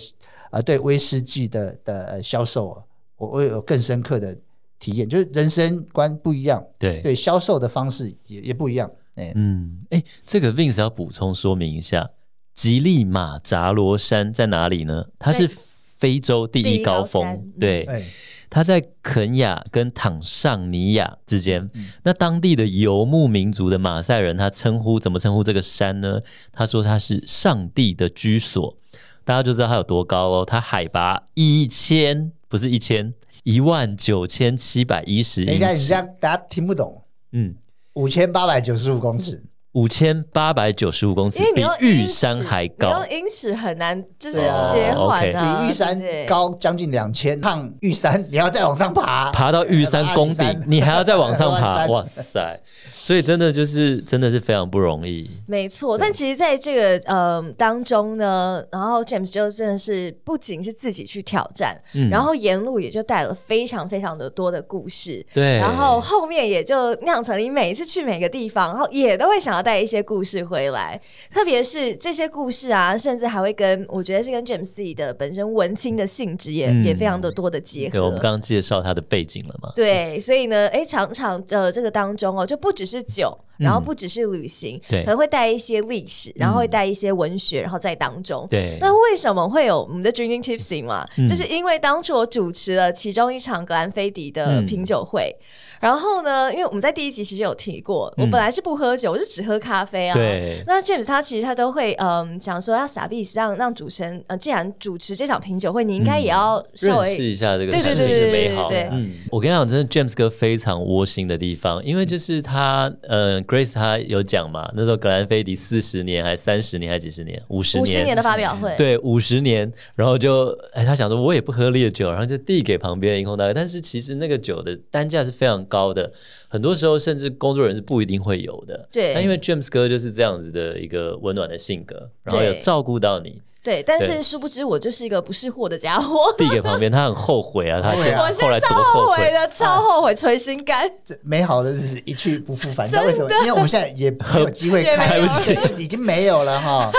Speaker 1: 呃对威士忌的的呃销售啊，我我有更深刻的体验，就是人生观不一样，
Speaker 2: 对，
Speaker 1: 对销售的方式也也不一样，哎，
Speaker 2: 嗯，哎，这个 Vince 要补充说明一下，吉利马扎罗山在哪里呢？它是非洲第
Speaker 3: 第
Speaker 2: 一
Speaker 3: 一
Speaker 2: 高
Speaker 3: 高山
Speaker 2: 峰
Speaker 3: 嗯，
Speaker 2: 对，
Speaker 1: 哎。
Speaker 2: 它在肯雅跟坦尚尼亚之间。
Speaker 1: 嗯
Speaker 2: 那当地的游牧民族的马赛人，他称呼怎么称呼这个山呢？他说它是上帝的居所，大家就知道它有多高哦。它海拔一千，不是一千，一万九千七百一十
Speaker 1: 等一
Speaker 2: 英
Speaker 1: 下，你这
Speaker 2: 尺。
Speaker 1: 样大家听不懂，
Speaker 2: 嗯，
Speaker 1: 五千八百九十五公尺，
Speaker 2: 五千八百九十五公尺
Speaker 3: 因为，你
Speaker 2: 比
Speaker 3: 用
Speaker 2: 玉
Speaker 3: 英尺
Speaker 2: 山还
Speaker 3: 你
Speaker 2: 高
Speaker 3: 用。英尺很难就是
Speaker 1: 哦
Speaker 3: 切换啊，
Speaker 1: 比玉山
Speaker 3: 对不对
Speaker 1: 高将近两千，上玉山 <laughs> 你要再往上爬，
Speaker 2: 爬到玉山
Speaker 1: <laughs>
Speaker 2: 宫
Speaker 1: 爬到玉
Speaker 2: 顶
Speaker 1: 山，
Speaker 2: 你还要再往上
Speaker 1: <laughs> 爬到
Speaker 2: 爬，
Speaker 1: 山
Speaker 2: 哇塞！所以真的就是真的是非常不容易。
Speaker 3: 没错，但其实在这个呃当中呢，然后 James 就真的是不仅是自己去挑战，
Speaker 2: 嗯
Speaker 3: 然后沿路也就带了非常非常的多的故事，
Speaker 2: 对
Speaker 3: 然后后面也就酿成你每一次去每个地方，然后也都会想要带一些故事回来，特别是这些故事啊，甚至还会跟我觉得是跟 James 自己的本身文青的性质也、
Speaker 2: 嗯
Speaker 3: 也非常的多的结
Speaker 2: 对，我们
Speaker 3: 合。
Speaker 2: 刚刚介绍他的背景了嘛？
Speaker 3: 对，所以呢，哎，常常呃，这个当中哦，就不只是酒，然后不只是旅行，
Speaker 2: 嗯对嗯
Speaker 3: 可能会带一些历史，然后会带一些文学，然后在当中。
Speaker 2: 对，嗯
Speaker 3: 那为什么会有我们的 Drinking Tipsy 嘛？就是因为当初我主持了其中一场格兰菲迪的
Speaker 2: 嗯
Speaker 3: 品酒会，然后呢，因为我们在第一集其实有提过，我本来是不喝酒，我是只喝咖啡
Speaker 2: 嗯
Speaker 3: 啊。
Speaker 2: 对
Speaker 3: 那 James 他其实他都会嗯想说要傻逼，让让主持人呃，既然主持这场品酒会，你应该也要
Speaker 2: 嗯
Speaker 3: 稍
Speaker 2: 认
Speaker 3: 微、
Speaker 2: 识一下这个
Speaker 3: 对对
Speaker 2: 产
Speaker 3: 对
Speaker 2: 品
Speaker 3: 对
Speaker 2: 的
Speaker 3: 对
Speaker 2: 美好。
Speaker 3: 对，
Speaker 2: 嗯，我跟你讲，真的，James 哥非常窝心的地方，因为就是他，呃，Grace 他有讲嘛，那时候格兰菲迪四十年还三十年还几十年，五十
Speaker 3: 五十年的发表会。
Speaker 2: 对，五十年，然后就哎，他想说我也不喝烈酒，然后就递给旁边的银控大哥。但是其实那个酒的单价是非常高的，很多时候甚至工作人员是不一定会有的。
Speaker 3: 对
Speaker 2: 那因为 James 哥就是这样子的一个温暖的性格，然后
Speaker 3: 对
Speaker 2: 有照顾到你，
Speaker 3: 对，但
Speaker 2: 对
Speaker 3: 是殊不知我就是一个不识货的家伙。
Speaker 2: 递给旁边，他很后悔啊，他
Speaker 1: 对啊
Speaker 2: 现
Speaker 3: <laughs>
Speaker 2: 后
Speaker 3: 我现
Speaker 2: 来
Speaker 3: 在
Speaker 2: 多
Speaker 3: 超
Speaker 2: 后
Speaker 3: 后
Speaker 2: 悔嗯
Speaker 3: 悔。的，超后悔，捶心肝。
Speaker 1: 这美好的日子一去不复返，你知道为什么？因为我们现在也没有机会
Speaker 3: <laughs> 也没
Speaker 1: 开，
Speaker 3: 有
Speaker 2: 开
Speaker 1: 不 <laughs> 起，已经没有了哈。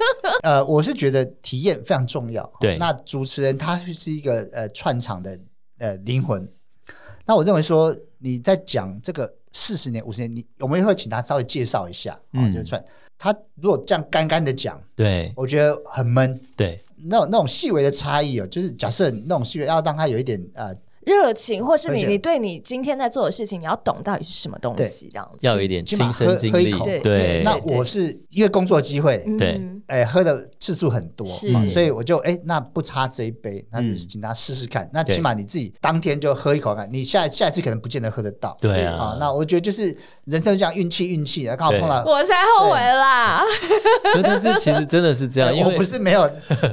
Speaker 1: <laughs> 呃，我是觉得体验非常重要。
Speaker 2: 对
Speaker 1: 那主持人他是一个呃串场的呃灵魂。那我认为说你在讲这个四十年、五十年，你我们也会请他稍微介绍一下，嗯，
Speaker 2: 嗯
Speaker 1: 就是串。他如果这样干干的讲，
Speaker 2: 对
Speaker 1: 我觉得很闷。
Speaker 2: 对，
Speaker 1: 那种那种细微的差异哦，就是假设那种细微要让他有一点呃
Speaker 3: 热情，或是
Speaker 1: 而
Speaker 3: 你
Speaker 1: 且
Speaker 3: 你对你今天在做的事情，你要懂到底是什么东西，这样子。
Speaker 2: 要有一点
Speaker 1: 起码
Speaker 2: 亲
Speaker 1: 喝
Speaker 2: 身经
Speaker 1: 喝一
Speaker 2: 历
Speaker 1: 口。
Speaker 3: 对，
Speaker 2: <laughs> 对，
Speaker 1: 那
Speaker 3: 对
Speaker 1: 我是因为工作机会，
Speaker 3: 嗯
Speaker 2: 对
Speaker 3: 嗯
Speaker 1: 哎、喝的次数很多
Speaker 3: 是
Speaker 1: 嘛，所以我就哎、那不差这一杯，那就
Speaker 2: 嗯
Speaker 1: 请他试试看。那
Speaker 2: 对
Speaker 1: 起码你自己当天就喝一口看，啊你下下一次可能不见得喝得到。
Speaker 2: 对
Speaker 1: 啊
Speaker 2: 啊，
Speaker 1: 那我觉得就是人生就这样运气运气，然后啊刚好
Speaker 2: 对
Speaker 1: 碰到。
Speaker 3: 我现在后悔啦，
Speaker 2: 但是其实真的是这
Speaker 1: 哎
Speaker 2: 样，啊因
Speaker 1: 我
Speaker 2: 为
Speaker 1: 不是没有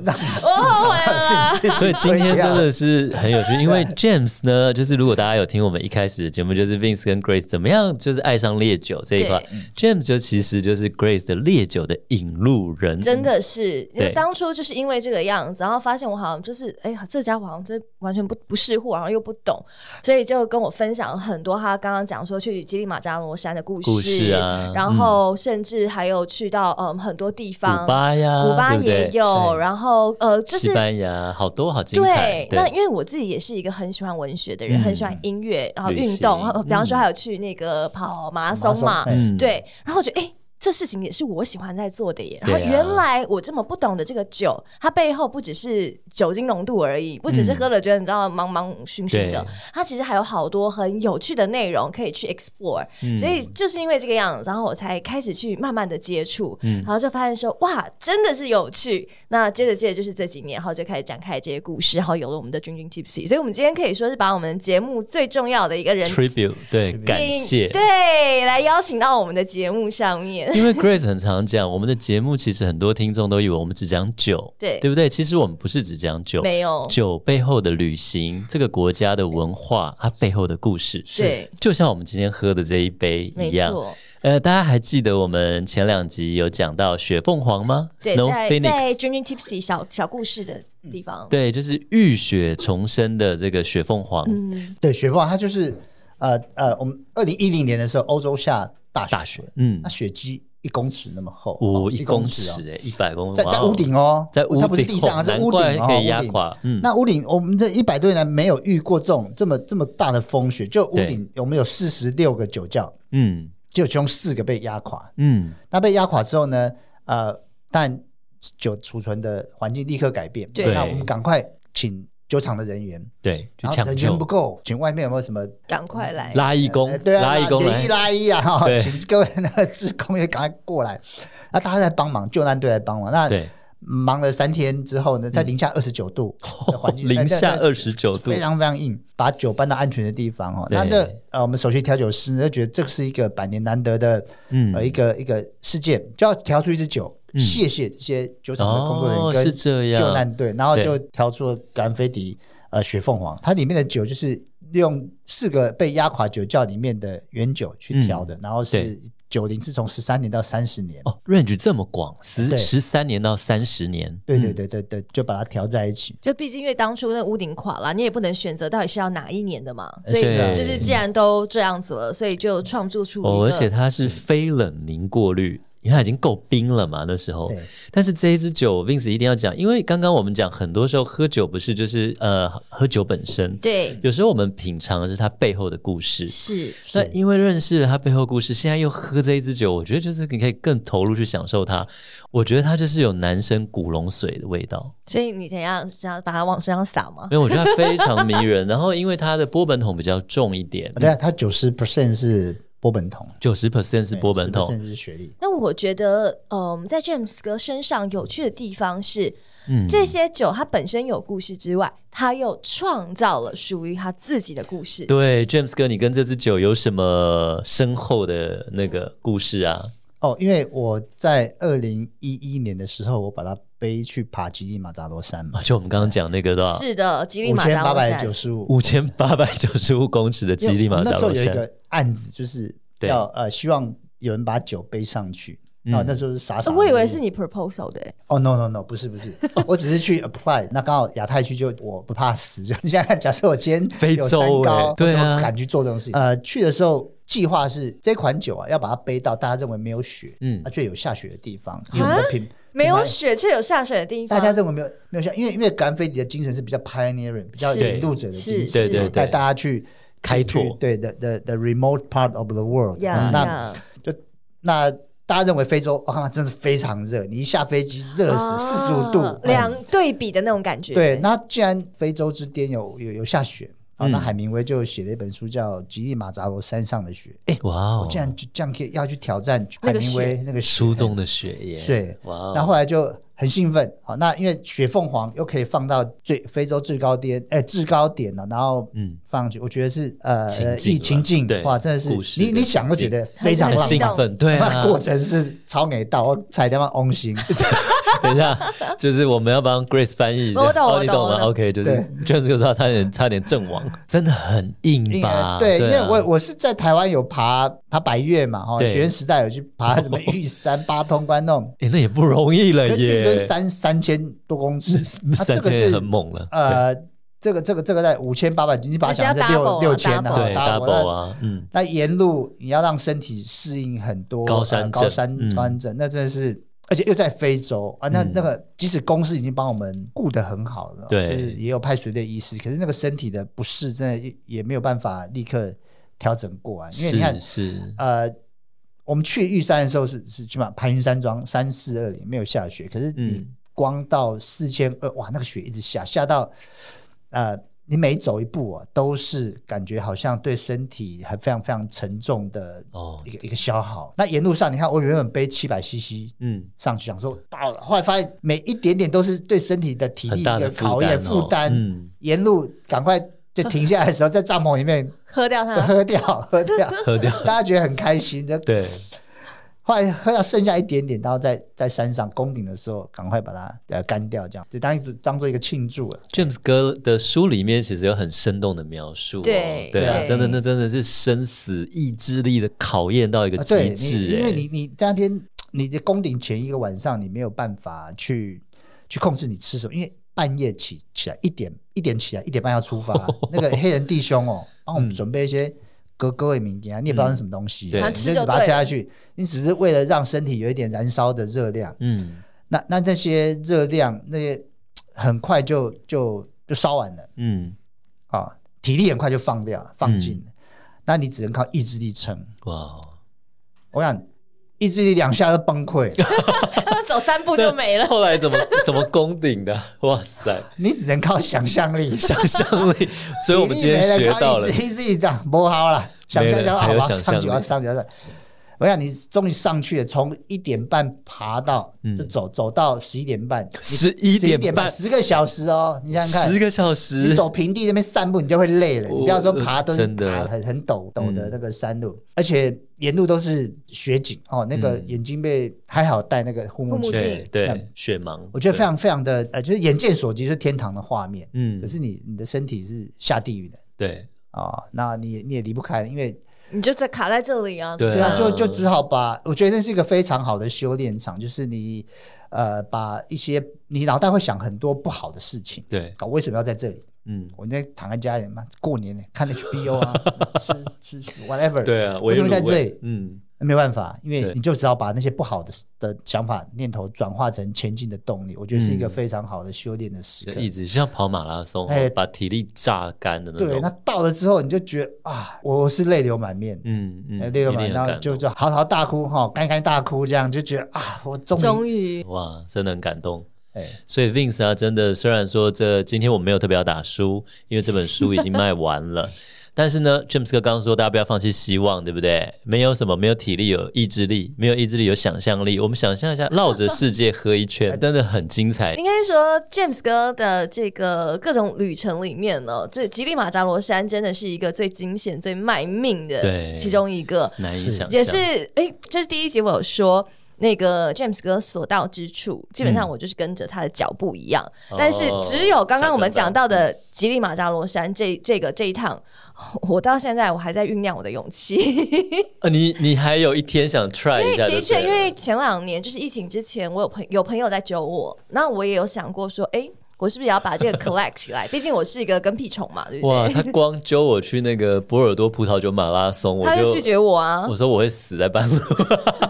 Speaker 1: 让 <laughs>
Speaker 3: 我后悔
Speaker 1: 是
Speaker 3: 啦。
Speaker 1: 你自己
Speaker 2: 所以今天真
Speaker 1: 不一样
Speaker 2: 的是很有趣，因为 James 呢，就是如果大家有听我们一开始的节目，就是 Vince 跟 Grace 怎么样，就是爱上烈酒这一块，James 就其实就是 Grace 的烈酒的引路人，
Speaker 3: 真的是，因为
Speaker 2: 对
Speaker 3: 当初就是因为这个样子，然后发现我好像就是，哎呀，这家伙好像真完全不不识货，然后又不懂，所以就跟我分享很多他刚刚讲说去吉里马扎罗山的故事，
Speaker 2: 故事啊
Speaker 3: 然后甚至还有去到嗯很多地方，
Speaker 2: 古巴呀，
Speaker 3: 古巴
Speaker 2: 啊对不对
Speaker 3: 也有，
Speaker 2: 对
Speaker 3: 然后呃，就是
Speaker 2: 西班牙，好多好精彩
Speaker 3: 对，，那
Speaker 2: 对
Speaker 3: 因为我自己也是一个很喜欢文学的人，
Speaker 2: 嗯
Speaker 3: 很喜欢音乐，然后
Speaker 2: 旅
Speaker 3: 运
Speaker 2: 行
Speaker 3: 动，然后比方说
Speaker 2: 嗯
Speaker 3: 还有去那个跑马
Speaker 1: 马
Speaker 3: 拉
Speaker 1: 拉
Speaker 3: 松
Speaker 1: 松
Speaker 3: 嘛，
Speaker 1: 哎
Speaker 2: 嗯
Speaker 3: 对，然后我觉得哎。诶这事情也是我喜欢在做的耶。然
Speaker 2: 对
Speaker 3: 后
Speaker 2: 啊
Speaker 3: 原来我这么不懂的这个酒，它背后不只是酒精浓度而已，不只是
Speaker 2: 嗯
Speaker 3: 喝了觉得你知道茫茫醺醺的
Speaker 2: 对，
Speaker 3: 它其实还有好多很有趣的内容可以去 explore。所以
Speaker 2: 嗯
Speaker 3: 就是因为这个样子，然后我才开始去慢慢的接触，
Speaker 2: 嗯
Speaker 3: 然后就发现说哇，真的是有趣。那接着接着就是这几年，然后就开始展开这些故事，然后有了我们的君君 Tipsy。所以我们今天可以说是把我们节目最重要的一个人
Speaker 2: ，tribute，对，感谢。
Speaker 3: 对，来邀请到我们的节目上面。
Speaker 2: 因为 Grace 很常讲，我们的节目其实很多听众都以为我们只讲酒，
Speaker 3: 对
Speaker 2: 对不对？其实我们不是只讲酒，
Speaker 3: 没有
Speaker 2: 酒背后的旅行，这个国家的文化，它背后的故事，
Speaker 3: 对，
Speaker 2: 就像我们今天喝的这一杯
Speaker 3: 没
Speaker 2: 一样。
Speaker 3: 错，
Speaker 2: 呃，大家还记得我们前两集有讲到雪凤凰吗
Speaker 3: 对，
Speaker 2: ？Snow
Speaker 3: 在在
Speaker 2: Phoenix，嗯
Speaker 3: 君君 Tipsy 小小故事的地方，
Speaker 2: 对，就是浴血重生的这个雪凤凰
Speaker 1: 对雪豹，它就是呃呃，我们二零一零年的时候，欧洲下大雪，
Speaker 2: 大雪，嗯
Speaker 1: 那，雪积一公尺那么厚，
Speaker 2: 五
Speaker 1: 啊哦
Speaker 2: 一
Speaker 1: 公
Speaker 2: 公
Speaker 1: 尺哦，
Speaker 2: 尺，哎，一百公
Speaker 1: 在
Speaker 2: 尺，
Speaker 1: 在
Speaker 2: 哇哦
Speaker 1: 屋顶，哦，
Speaker 2: 在屋顶，
Speaker 1: 它不是地上啊，是
Speaker 2: 难
Speaker 1: 屋顶
Speaker 2: 怪
Speaker 1: 哦，
Speaker 2: 可以压
Speaker 1: 屋顶
Speaker 2: 垮，嗯，
Speaker 1: 那屋顶，我们这一百多年来没有遇过这种这么这么大的风雪，就屋
Speaker 2: 对
Speaker 1: 顶我们有四十六个酒窖，
Speaker 2: 嗯
Speaker 1: 就其中四个被压垮。
Speaker 2: 嗯，
Speaker 1: 那被压垮之后呢，呃，但酒储存的环境立刻改变，
Speaker 3: 对
Speaker 1: 那我们赶快请酒厂的人员，
Speaker 2: 对，就
Speaker 1: 然后
Speaker 2: 抢
Speaker 1: 人员
Speaker 2: 救
Speaker 1: 不，够，请外面有没有什么
Speaker 3: 赶快来，
Speaker 2: 拉义工
Speaker 1: 呃，对啊，
Speaker 2: 拉义工
Speaker 1: 联
Speaker 2: 来
Speaker 1: 谊，拉一啊，哈，
Speaker 2: 对
Speaker 1: 请各位那个职工也赶快过来，那大家来帮忙，救难队来帮忙，那
Speaker 2: 对，
Speaker 1: 忙了三天之后呢，在零下二十九度的环境，
Speaker 2: 嗯 <laughs> 零下
Speaker 1: 那那
Speaker 2: 二十九度
Speaker 1: 非，常非常硬，把酒搬到安全的地方哦。
Speaker 2: 对
Speaker 1: 那这呃，我们首席调酒师呢，就觉得这是一个百年难得的
Speaker 2: 嗯
Speaker 1: 呃一个一个事件，就要调出一支酒，
Speaker 2: 嗯
Speaker 1: 谢谢这些酒厂的工作人
Speaker 2: 哦，
Speaker 1: 员
Speaker 2: 是
Speaker 1: 跟
Speaker 2: 这
Speaker 1: 救
Speaker 2: 样，
Speaker 1: 难队，然后
Speaker 2: 对
Speaker 1: 就调出了格兰菲迪呃雪凤凰，它里面的酒就是利用四个被压垮酒窖里面的原酒去调的，然后是
Speaker 2: 嗯对
Speaker 1: 酒龄是从十三年到三十年。
Speaker 2: 哦，range 这么广，十
Speaker 1: 对
Speaker 2: 十三年到三十年，
Speaker 1: 对对
Speaker 2: 嗯，
Speaker 1: 对对对，就把它调在一起。
Speaker 3: 就毕竟因为当初那屋顶垮了，你也不能选择到底是要哪一年的嘛，所以
Speaker 2: 是啊
Speaker 3: 就是既然都这样子了，所以就创作出
Speaker 2: 哦，而
Speaker 3: 一
Speaker 2: 且
Speaker 3: 个
Speaker 2: 它是非冷凝过滤，因为它已经够冰了嘛，那时候
Speaker 1: 对。
Speaker 2: 但是这一支酒，Vince 一定要讲，因为刚刚我们讲，很多时候喝酒不是就是呃喝酒本身，
Speaker 3: 对
Speaker 2: 有时候我们品尝的是它背后的故事。
Speaker 3: 是
Speaker 2: 那
Speaker 1: 是
Speaker 2: 因为认识了它背后故事，现在又喝这一支酒，我觉得就是你可以更投入去享受它。我觉得它就是有男生古龙水的味道，
Speaker 3: 所以你怎样想要把它往身上撒吗？
Speaker 2: 没有，我觉得它非常迷
Speaker 1: <laughs>
Speaker 2: 人。然后因为它的波本桶比较重一点，
Speaker 1: 对啊，它九十 percent 是波本桶，
Speaker 2: 九十 percent 嗯是波本桶，
Speaker 1: 甚至是雪莉。
Speaker 3: 那我觉得，嗯，在 James 哥身上有趣的地方是，
Speaker 2: 嗯，
Speaker 3: 这些酒它本身有故事之外，他又创造了属于他自己的故事。
Speaker 2: 对，James 哥，你跟这支酒有什么深厚的那个故事啊？
Speaker 1: 哦，因为我在二零一一年的时候，我把它背去爬吉利马扎罗山嘛
Speaker 2: 啊，就我们刚刚讲那个的
Speaker 3: 是的，吉利
Speaker 1: 五
Speaker 3: 马
Speaker 1: 千
Speaker 3: 扎
Speaker 1: 八
Speaker 3: 罗
Speaker 1: 百九
Speaker 3: 山
Speaker 1: 十五
Speaker 2: 五千八百九十五公尺的吉利马
Speaker 1: 因为我们
Speaker 2: 扎
Speaker 1: 那时候
Speaker 2: 罗
Speaker 1: 有一
Speaker 2: 山，
Speaker 1: 个案子，就是
Speaker 2: 对
Speaker 1: 要呃，希望有人把酒背上去。
Speaker 2: 嗯
Speaker 1: 然后那时候是傻傻的，
Speaker 3: 呃我以为是你 proposal 的欸、
Speaker 1: 哦、n o no no，不是不
Speaker 2: <laughs>
Speaker 1: 是，我只是去 apply。那刚好亚太区就我不怕死，就 <laughs> 你想想看，假设我今
Speaker 2: 非
Speaker 1: 天有三
Speaker 2: 洲欸
Speaker 1: 高，
Speaker 2: 对啊
Speaker 1: 我怎么敢去做这种事情？呃，去的时候计划是这款酒啊，要把它背到大家认为没有雪，
Speaker 2: 嗯
Speaker 1: 嗯，它却有下雪的地
Speaker 3: 啊
Speaker 1: 方，因为我们的品
Speaker 3: 没有
Speaker 1: 品牌
Speaker 3: 雪却有下雪的地方
Speaker 1: 大。家认为没有没有像，因为因为格兰菲迪的精神是比较 pioneering，比较
Speaker 3: 是
Speaker 1: 引路者的精
Speaker 3: 是
Speaker 1: 神，
Speaker 2: 对对
Speaker 1: 带大家去
Speaker 2: 开拓
Speaker 1: 去对 the the the remote part of the world。
Speaker 3: 呀
Speaker 1: 嗯那
Speaker 3: 呀，
Speaker 1: 那大家认为非洲，哇，他妈真的非常热，你一下飞机热
Speaker 3: 啊
Speaker 1: 死四十五度，哎
Speaker 3: 两对比的那种感觉。
Speaker 1: 对，那既然非洲之巅有有有下雪，啊，
Speaker 2: 嗯
Speaker 1: 那海明威就写了一本书叫《吉利马扎罗山上的雪》。哎，
Speaker 2: 哇
Speaker 1: 我
Speaker 2: 哦，
Speaker 1: 竟然就这样可以要去挑战
Speaker 3: 那
Speaker 1: 海
Speaker 3: 个
Speaker 1: 明威那个
Speaker 2: 书中
Speaker 1: 的
Speaker 2: 的雪耶，
Speaker 1: 对，
Speaker 2: 哇哦，
Speaker 1: 然后后来就很兴奋。好，那因为雪凤凰又可以放到最非洲最高巅，哎，制高点了，然后
Speaker 2: 嗯
Speaker 1: 放上去，我觉得是呃
Speaker 2: 情
Speaker 1: 呃
Speaker 2: 境
Speaker 1: 一
Speaker 2: 了
Speaker 1: 情境
Speaker 2: 对，
Speaker 1: 哇，真的是
Speaker 2: 故事
Speaker 1: 你
Speaker 2: 的
Speaker 1: 你想都觉
Speaker 2: 情境
Speaker 1: 得非常
Speaker 3: 很
Speaker 2: 很
Speaker 1: 浪
Speaker 2: 兴
Speaker 3: 感
Speaker 1: 漫。
Speaker 3: 动
Speaker 2: 奋，对啊
Speaker 1: 那， <laughs> 过程是超美到，我踩他妈翁心。
Speaker 2: <laughs> 等一下，就是我们要帮 Grace 翻译一下，
Speaker 3: 我懂
Speaker 2: 哦
Speaker 3: 我
Speaker 2: 你
Speaker 3: 懂
Speaker 2: 懂
Speaker 3: 我
Speaker 2: 吗
Speaker 3: 懂
Speaker 2: ？OK，就是
Speaker 1: 对
Speaker 2: James 哥说他差
Speaker 1: <laughs>
Speaker 2: 点差点阵亡，真的很硬
Speaker 1: 因为呃
Speaker 2: 吧？
Speaker 1: 对，因为
Speaker 2: 啊
Speaker 1: 我我是在台湾有爬爬白月嘛，哈，
Speaker 2: 对
Speaker 1: 学生时代有去爬什么玉山、八通关那
Speaker 2: <laughs>
Speaker 1: 种，
Speaker 2: 诶那也不容易了
Speaker 1: 可是都
Speaker 2: 耶，
Speaker 1: 是，三三千多公尺
Speaker 2: <laughs>
Speaker 1: 它这
Speaker 2: 三
Speaker 1: 个
Speaker 2: 千也很
Speaker 1: 是
Speaker 2: 猛了，
Speaker 1: 呃，这个这个这个在五千八百，你把它想成
Speaker 3: 直接 double
Speaker 1: 六
Speaker 3: 啊
Speaker 1: 六千啊，
Speaker 3: double
Speaker 2: 对
Speaker 1: 然后
Speaker 2: double
Speaker 1: 那
Speaker 2: 啊，嗯，
Speaker 1: 那沿路你要让身体适应很多
Speaker 2: 高山
Speaker 1: 呃
Speaker 2: 症
Speaker 1: 高山
Speaker 2: 嗯
Speaker 1: 川症，那真的是，而且又在非洲啊，那
Speaker 2: 嗯
Speaker 1: 那个即使公司已经帮我们顾得很好了，
Speaker 2: 对
Speaker 1: 就是也有派随队医师，可是那个身体的不适真的也也没有办法立刻调整过啊来，因为你看
Speaker 2: 是是，
Speaker 1: 呃。我们去玉山的时候是是起码盘云山庄三四二零没有下雪，可是你
Speaker 2: 嗯
Speaker 1: 光到四千二，哇，那个雪一直下，下到呃，你每走一步啊，都是感觉好像对身体还非常非常沉重的
Speaker 2: 哦
Speaker 1: 一个、一个消耗。那沿路上，你看我原本背七百 CC
Speaker 2: 嗯。
Speaker 1: 上去，想说到了，后来发现每一点点都是对身体的体力
Speaker 2: 很
Speaker 1: 一
Speaker 2: 大
Speaker 1: 个
Speaker 2: 的
Speaker 1: 考验
Speaker 2: 哦
Speaker 1: 负担。
Speaker 2: 嗯，
Speaker 1: 沿路赶快就停下来的时候，在帐篷里面
Speaker 3: 喝掉
Speaker 1: <laughs>
Speaker 3: 它。
Speaker 1: 喝掉喝掉，
Speaker 2: <laughs> 喝掉，
Speaker 1: 大家觉得很开心，就
Speaker 2: 对，
Speaker 1: 后来喝到剩下一点点，然后在在山上攻顶的时候，赶快把它呃干掉，这样就当一个当做一个庆祝了。
Speaker 2: James 哥的书里面其实有很生动的描述哦、
Speaker 3: 对
Speaker 2: 对啊，
Speaker 1: 对
Speaker 2: 真的那真的是生死意志力的考验到一个
Speaker 1: 啊
Speaker 2: 极
Speaker 1: 对，
Speaker 2: 致、
Speaker 1: 你
Speaker 2: 欸
Speaker 1: 因为你你在那边，你的攻顶前一个晚上，你没有办法去去控制你吃什么，因为半夜起起来一点一点起来一点半要出
Speaker 2: <laughs>
Speaker 1: 发，那个黑人弟兄哦，帮我们准备一些格格的名给啊你也不知道是什么东西，啊
Speaker 2: 嗯对
Speaker 1: 你就一直把它吃下去，你只是为了让身体有一点燃烧的热量，
Speaker 2: 嗯
Speaker 1: 那那那些热量那些很快就就就烧完了。
Speaker 2: 嗯，
Speaker 1: 啊，体力很快就放掉了放尽了，那你只能靠意志力撑。
Speaker 2: 哇哦，。
Speaker 1: 我想意志力两下就崩溃，
Speaker 3: <laughs>
Speaker 1: <laughs>
Speaker 3: 走三步就没了
Speaker 2: <laughs> 后来怎么 <laughs> 怎么攻顶的？哇塞，
Speaker 1: 你只能靠想象力。
Speaker 2: 想象
Speaker 1: <laughs>
Speaker 2: 力！ <laughs> 所以我们今天
Speaker 1: 体力没
Speaker 2: 学
Speaker 1: 了
Speaker 2: 到
Speaker 1: 靠
Speaker 2: 了
Speaker 1: 意，志意志力这样不好了，想象
Speaker 2: 没了
Speaker 1: 象
Speaker 2: 还有
Speaker 1: 好吧，
Speaker 2: 想象
Speaker 1: 上
Speaker 2: 力
Speaker 1: 九要上九要上。我想你终于上去了，从一点半爬到
Speaker 2: 嗯
Speaker 1: 就走走到十一点半，
Speaker 2: 11点半
Speaker 1: 点半十个小时哦，你想想看
Speaker 2: 十。个小
Speaker 1: 你
Speaker 2: 时，
Speaker 1: 走平地那边散步，你就会累了。
Speaker 2: 我呃
Speaker 1: 你不要说爬都是
Speaker 2: 真的嗯
Speaker 1: 爬很很陡陡的那个山路，而且沿路都是雪景哦，那个
Speaker 2: 嗯
Speaker 1: 眼睛被还好戴那个护目
Speaker 3: 护
Speaker 1: 镜
Speaker 3: 目，
Speaker 2: 对对
Speaker 1: 嗯，
Speaker 2: 雪盲，
Speaker 1: 我觉得非
Speaker 2: 对，
Speaker 1: 常非常的呃，就是眼见所及就是天堂的画面，
Speaker 2: 嗯
Speaker 1: 可，是你你的身体是下地狱的
Speaker 2: 对
Speaker 1: 啊，那你你也离不开，因为
Speaker 3: 你就在卡在这里啊。
Speaker 1: 对
Speaker 2: 对
Speaker 1: 啊，就就只好把，我觉得那是一个非常好的修炼场，就是你呃把一些你脑袋会想很多不好的事情，
Speaker 2: 对，
Speaker 1: 搞为什么要在这里？
Speaker 2: 嗯，
Speaker 1: 我在躺在家里嘛，过年呢
Speaker 2: <laughs>
Speaker 1: 看 HBO 啊，吃吃 whatever，，
Speaker 2: 对啊，
Speaker 1: 为什么
Speaker 2: 围
Speaker 1: 在
Speaker 2: 炉
Speaker 1: 这
Speaker 2: 味
Speaker 1: 里
Speaker 2: 嗯，
Speaker 1: 没办法，因为
Speaker 2: 对
Speaker 1: 你就只好把那些不好的的想法念头转化成前进的动力，我觉得是一个
Speaker 2: 嗯
Speaker 1: 非常好的修炼的时
Speaker 2: 就
Speaker 1: 刻。
Speaker 2: 一直像跑马拉松
Speaker 1: 哎，
Speaker 2: 把体力榨干的那
Speaker 1: 对，
Speaker 2: 种
Speaker 1: 那，到了之后你就觉得啊，我是泪流满面，
Speaker 2: 嗯
Speaker 1: 呃
Speaker 2: 嗯，
Speaker 1: 泪流
Speaker 2: 一
Speaker 1: 满
Speaker 2: 定
Speaker 1: 面，
Speaker 2: 很
Speaker 1: 然后
Speaker 2: 感
Speaker 1: 就
Speaker 2: 动
Speaker 1: 就嚎啕大哭哈，干干大哭，这样就觉得啊，我终于
Speaker 3: 终于，
Speaker 2: 哇，真的很感动。
Speaker 1: 哎，
Speaker 2: 所以 Vince 啊，真的虽然说这今天我没有特别要打书，因为这本书已经卖完了， <laughs> 但是呢，James 哥刚刚说大家不要放弃希望，对不对？没有什么没有体力有意志力，没有意志力有想象力。我们想象一下，绕着世界喝
Speaker 1: <laughs>
Speaker 2: 一
Speaker 1: 哎
Speaker 2: 圈，真的很精彩。
Speaker 3: 应该说 James 哥的这个各种旅程里面呢，这吉利马扎罗山真的是一个最惊险、最卖命的
Speaker 2: 对
Speaker 3: 其中一个。
Speaker 2: 难以
Speaker 1: 是
Speaker 2: 想象，
Speaker 3: 也是，哎、这是第一集我有说。那个 James 哥所到之处，基本上
Speaker 2: 嗯
Speaker 3: 我就是跟着他的脚步一样。但是
Speaker 2: 哦
Speaker 3: 只有刚刚我们讲到的吉利马扎罗山这这个这一趟，我到现在我还在酝酿我的勇气。
Speaker 2: 呃，你你还有一天想 try 一下就对了，
Speaker 3: 的确，因为前两年就是疫情之前，我有朋有朋友在揪我，那我也有想过说，哎、我是不是也要把这个 collect 起来？毕竟我是一个跟屁虫嘛，对不
Speaker 2: 哇，
Speaker 3: <laughs> 对？
Speaker 2: 他光揪我去那个波尔多葡萄酒马拉松，我
Speaker 3: 他就拒绝我啊
Speaker 2: 我，说我会死在
Speaker 3: <laughs>
Speaker 2: 半路，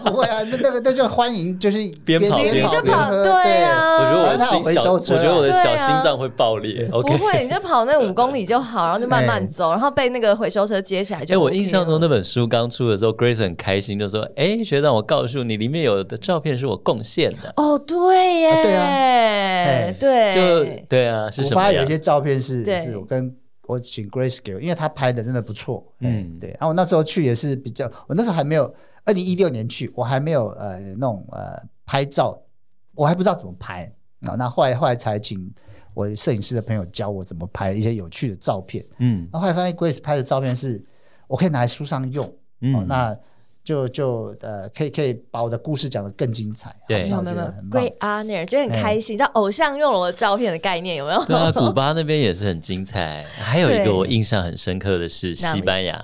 Speaker 1: 不会啊，那那个那就欢迎，就是
Speaker 2: 边跑
Speaker 1: 边
Speaker 2: 边
Speaker 3: 你就跑，
Speaker 1: 喝
Speaker 3: 对啊，
Speaker 2: 我觉得我
Speaker 1: 反正他有
Speaker 2: 心
Speaker 1: 回
Speaker 2: 小，
Speaker 1: 收
Speaker 2: 我
Speaker 1: 车啊
Speaker 2: 觉得我的
Speaker 3: 对啊
Speaker 2: 小心脏会爆裂。OK，
Speaker 3: 不会，你就跑那五公里就好，然后就慢
Speaker 1: 哎
Speaker 3: 慢走，然后被那个回收车接起来
Speaker 2: 哎、
Speaker 3: 就 OK 啊了。
Speaker 2: 我印象中那本书刚出的时候，Grace 很开心，就说：“哎、学长，我告诉你，里面有的照片是我贡献的。
Speaker 3: 哦，对耶，
Speaker 1: 啊对哎
Speaker 3: 对
Speaker 2: 就对啊，是
Speaker 1: 我
Speaker 2: 什
Speaker 1: 爸
Speaker 2: 么
Speaker 1: 有
Speaker 2: 呀
Speaker 1: 一？些照片是
Speaker 3: 对
Speaker 1: 是我跟我请 Grace 给我，因为他拍的真的不错。嗯
Speaker 2: 嗯，
Speaker 1: 对。然后我那时候去也是比较，我那时候还没有，二零一六年去，我还没有呃那种呃拍照，我还不知道怎么拍啊。那后来后来才请我摄影师的朋友教我怎么拍一些有趣的照片。
Speaker 2: 嗯
Speaker 1: 然后后来发现 Grace 拍的照片是我可以拿来书上用，哦
Speaker 2: 嗯，，
Speaker 1: 那就就呃可以可以把我的故事讲得更精彩。啊
Speaker 2: 对
Speaker 3: 没
Speaker 1: 那
Speaker 3: 有
Speaker 1: 我
Speaker 3: 没
Speaker 1: 觉
Speaker 3: 有
Speaker 1: 得
Speaker 3: 没有
Speaker 1: 很棒哎
Speaker 3: ，Great Honor，就很开心，叫偶像用了我的照片的概念有没 <laughs> 有？
Speaker 2: 对啊，古巴那边也是很精彩。还有一
Speaker 3: 对
Speaker 2: 个我印象很深刻的是
Speaker 3: 哪里
Speaker 2: 西班牙，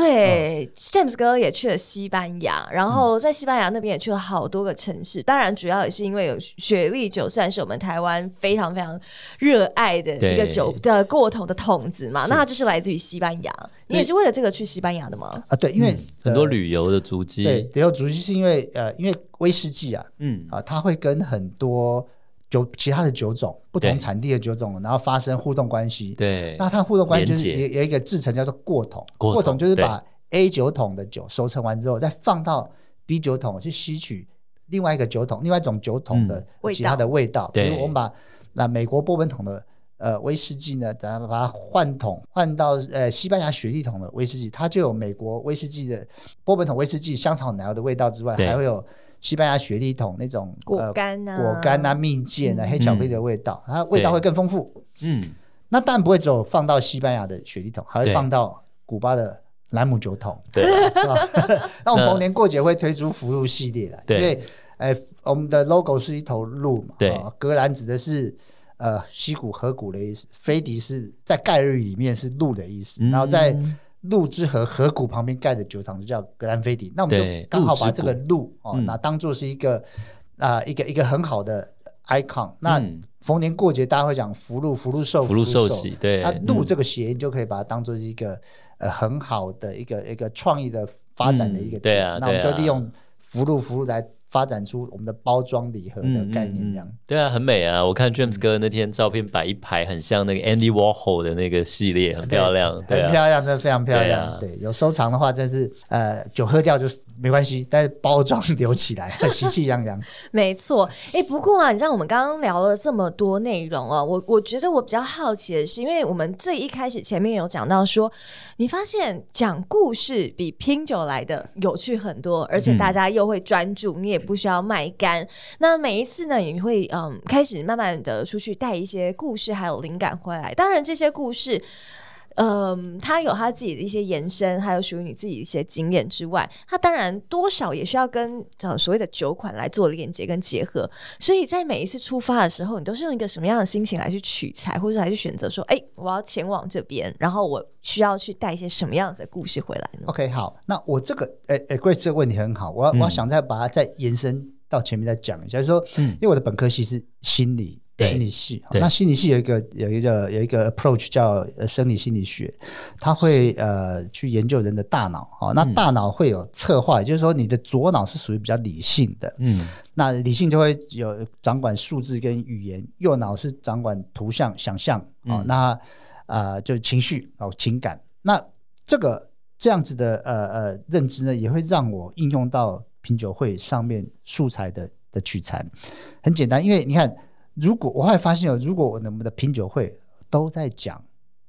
Speaker 3: 对，James 哥也去了西班牙，然后在西班牙那边也去了好多个城市。当然，主要也是因为有雪莉酒，算是我们台湾非常非常热爱的一个
Speaker 2: 对
Speaker 3: 酒的过头的桶子嘛。那它就是来自于西班牙。你也是为了这个去西班牙的吗？
Speaker 1: 啊，对，因为
Speaker 2: 嗯很多
Speaker 1: 呃
Speaker 2: 旅游的足迹。
Speaker 1: 对，得有主席是因为呃，因为威士忌啊
Speaker 2: 嗯，
Speaker 1: 啊，它会跟很多酒其他的酒种、不同
Speaker 2: 对
Speaker 1: 产地的酒种，然后发生互动关系。
Speaker 2: 对，
Speaker 1: 那它互动关系就
Speaker 2: 连
Speaker 1: 是
Speaker 2: 结
Speaker 1: 有有一个制成叫做过桶，
Speaker 2: 过桶
Speaker 1: 就是把 A 酒桶的酒熟成完之后，再放到 B 酒桶去吸取另外一个酒桶、另外一种酒桶的
Speaker 3: 味
Speaker 1: 其他的味道。
Speaker 2: 嗯对
Speaker 1: 比如我们把那美国波本桶的。呃，威士忌呢，咱们把它换桶，换到呃西班牙雪莉桶的威士忌，它就有美国威士忌的波本桶威士忌香草奶油的味道之外，
Speaker 2: 对
Speaker 1: 还会有西班牙雪莉桶那种
Speaker 3: 果、干啊，
Speaker 1: 呃、果干啊、蜜饯
Speaker 2: 嗯
Speaker 1: 啊、黑巧克力的味道，它味道
Speaker 2: 对
Speaker 1: 会更丰富。
Speaker 2: 嗯，
Speaker 1: 那当然不会只有放到西班牙的雪地桶，还会
Speaker 2: 对
Speaker 1: 放到古巴的兰姆酒桶。
Speaker 2: 对啊，
Speaker 1: 是吧那我们逢年过节会推出福禄系列的，因
Speaker 2: 对
Speaker 1: 为哎，我们的 logo 是一头鹿嘛，
Speaker 2: 对
Speaker 1: 哦格兰指的是呃西谷河谷的意思，飞迪是在概率里面是鹿的意思，
Speaker 2: 嗯
Speaker 1: 然后在鹿之河河谷旁边盖的酒厂就叫格兰菲迪，那我们
Speaker 2: 对
Speaker 1: 就刚好
Speaker 2: 鹿之
Speaker 1: 把这个
Speaker 2: 谷
Speaker 1: 鹿哦，
Speaker 2: 嗯
Speaker 1: 那当做是一个啊、一个一个很好的呃 icon。那
Speaker 2: 嗯
Speaker 1: 逢年过节大家会讲福禄，福禄寿，
Speaker 2: 福禄寿喜对
Speaker 1: 那鹿
Speaker 2: 嗯
Speaker 1: 这个谐音就可以把它当做是一个呃很好的一个一个创意的发展的一个
Speaker 2: 嗯对啊
Speaker 1: 那我们
Speaker 2: 对
Speaker 1: 就
Speaker 2: 啊
Speaker 1: 利用福禄福禄来发展出我们的包装礼盒的概念，这样。
Speaker 2: 对啊，很美啊！我看
Speaker 1: 嗯
Speaker 2: James 哥那天照片摆一排，很像那个 Andy Warhol 的那个系列，很漂亮，对
Speaker 1: 很
Speaker 2: 啊。
Speaker 1: 漂亮，真的非常漂亮。
Speaker 2: 对啊
Speaker 1: 对，有收藏的话，真是呃，酒喝掉就没关系，但是包装留起来， <laughs> 喜气洋洋。
Speaker 3: 没错，哎，不过啊，你知道我们刚刚聊了这么多内容哦，我我觉得我比较好奇的是，因为我们最一开始前面有讲到说，你发现讲故事比拼酒来的有趣很多，而
Speaker 1: 嗯
Speaker 3: 且大家又会专注，你也不需要卖干。那每一次呢，你会嗯开始慢慢的出去带一些故事还有灵感回来，当然这些故事。嗯，它有它自己的一些延伸，还有属于你自己一些经验之外，它当然多少也需要跟呃所谓的酒款来做连接跟结合。所以在每一次出发的时候，你都是用一个什么样的心情来去取材，或者来去选择说，哎、我要前往这边，然后我需要去带一些什么样子的故事回来呢？
Speaker 1: OK，好，那我这个，诶、诶、g r a c e 这个问题很好，我要、我要想再把它再延伸到前面再讲一下，就是说，
Speaker 2: 嗯
Speaker 1: 因为我的本科系是心理。
Speaker 2: 对
Speaker 1: 心理系，好
Speaker 2: 对
Speaker 1: 那心理系有一个有一个有一个 approach 叫呃生理心理学，它会呃去研究人的大脑，好、
Speaker 2: 嗯
Speaker 1: 那大脑会有策划，也就是说你的左脑是属于比较理性的，
Speaker 2: 嗯
Speaker 1: 那理性就会有掌管数字跟语言，右脑是掌管图像、想象哦，那呃就是情绪哦情感。那这个这样子的呃呃认知呢，也会让我应用到品酒会上面素材的的取材。很简单，因为你看，如果我后来发现哦，如果我们的品酒会都在讲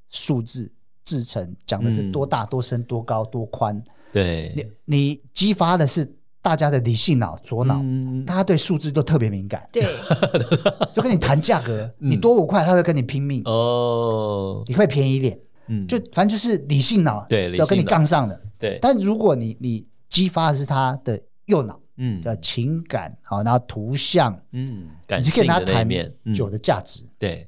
Speaker 1: 数字、制成，讲的是多大、多深、多高、多宽，你
Speaker 2: 对，
Speaker 1: 你激发的是大家的理性脑、左脑。
Speaker 2: 嗯
Speaker 1: 大家对数字都特别敏
Speaker 2: <laughs>
Speaker 1: 感，
Speaker 3: 对，
Speaker 1: 就跟你谈价格，
Speaker 2: 嗯
Speaker 1: 你多五块，他就跟你拼命，
Speaker 2: 哦，
Speaker 1: 你会便宜一点，
Speaker 2: 嗯，
Speaker 1: 就反正就是理性脑
Speaker 2: 对理性
Speaker 1: 要
Speaker 2: 脑
Speaker 1: 跟你杠上的。
Speaker 2: 对，
Speaker 1: 但如果你你激发的是他的右脑
Speaker 2: 嗯
Speaker 1: 的情感，好，然后图像，
Speaker 2: 嗯，
Speaker 1: 你
Speaker 2: 感
Speaker 1: 就跟
Speaker 2: 性
Speaker 1: 他
Speaker 2: 的那一
Speaker 1: 谈
Speaker 2: 面，嗯
Speaker 1: 酒的价值，
Speaker 2: 对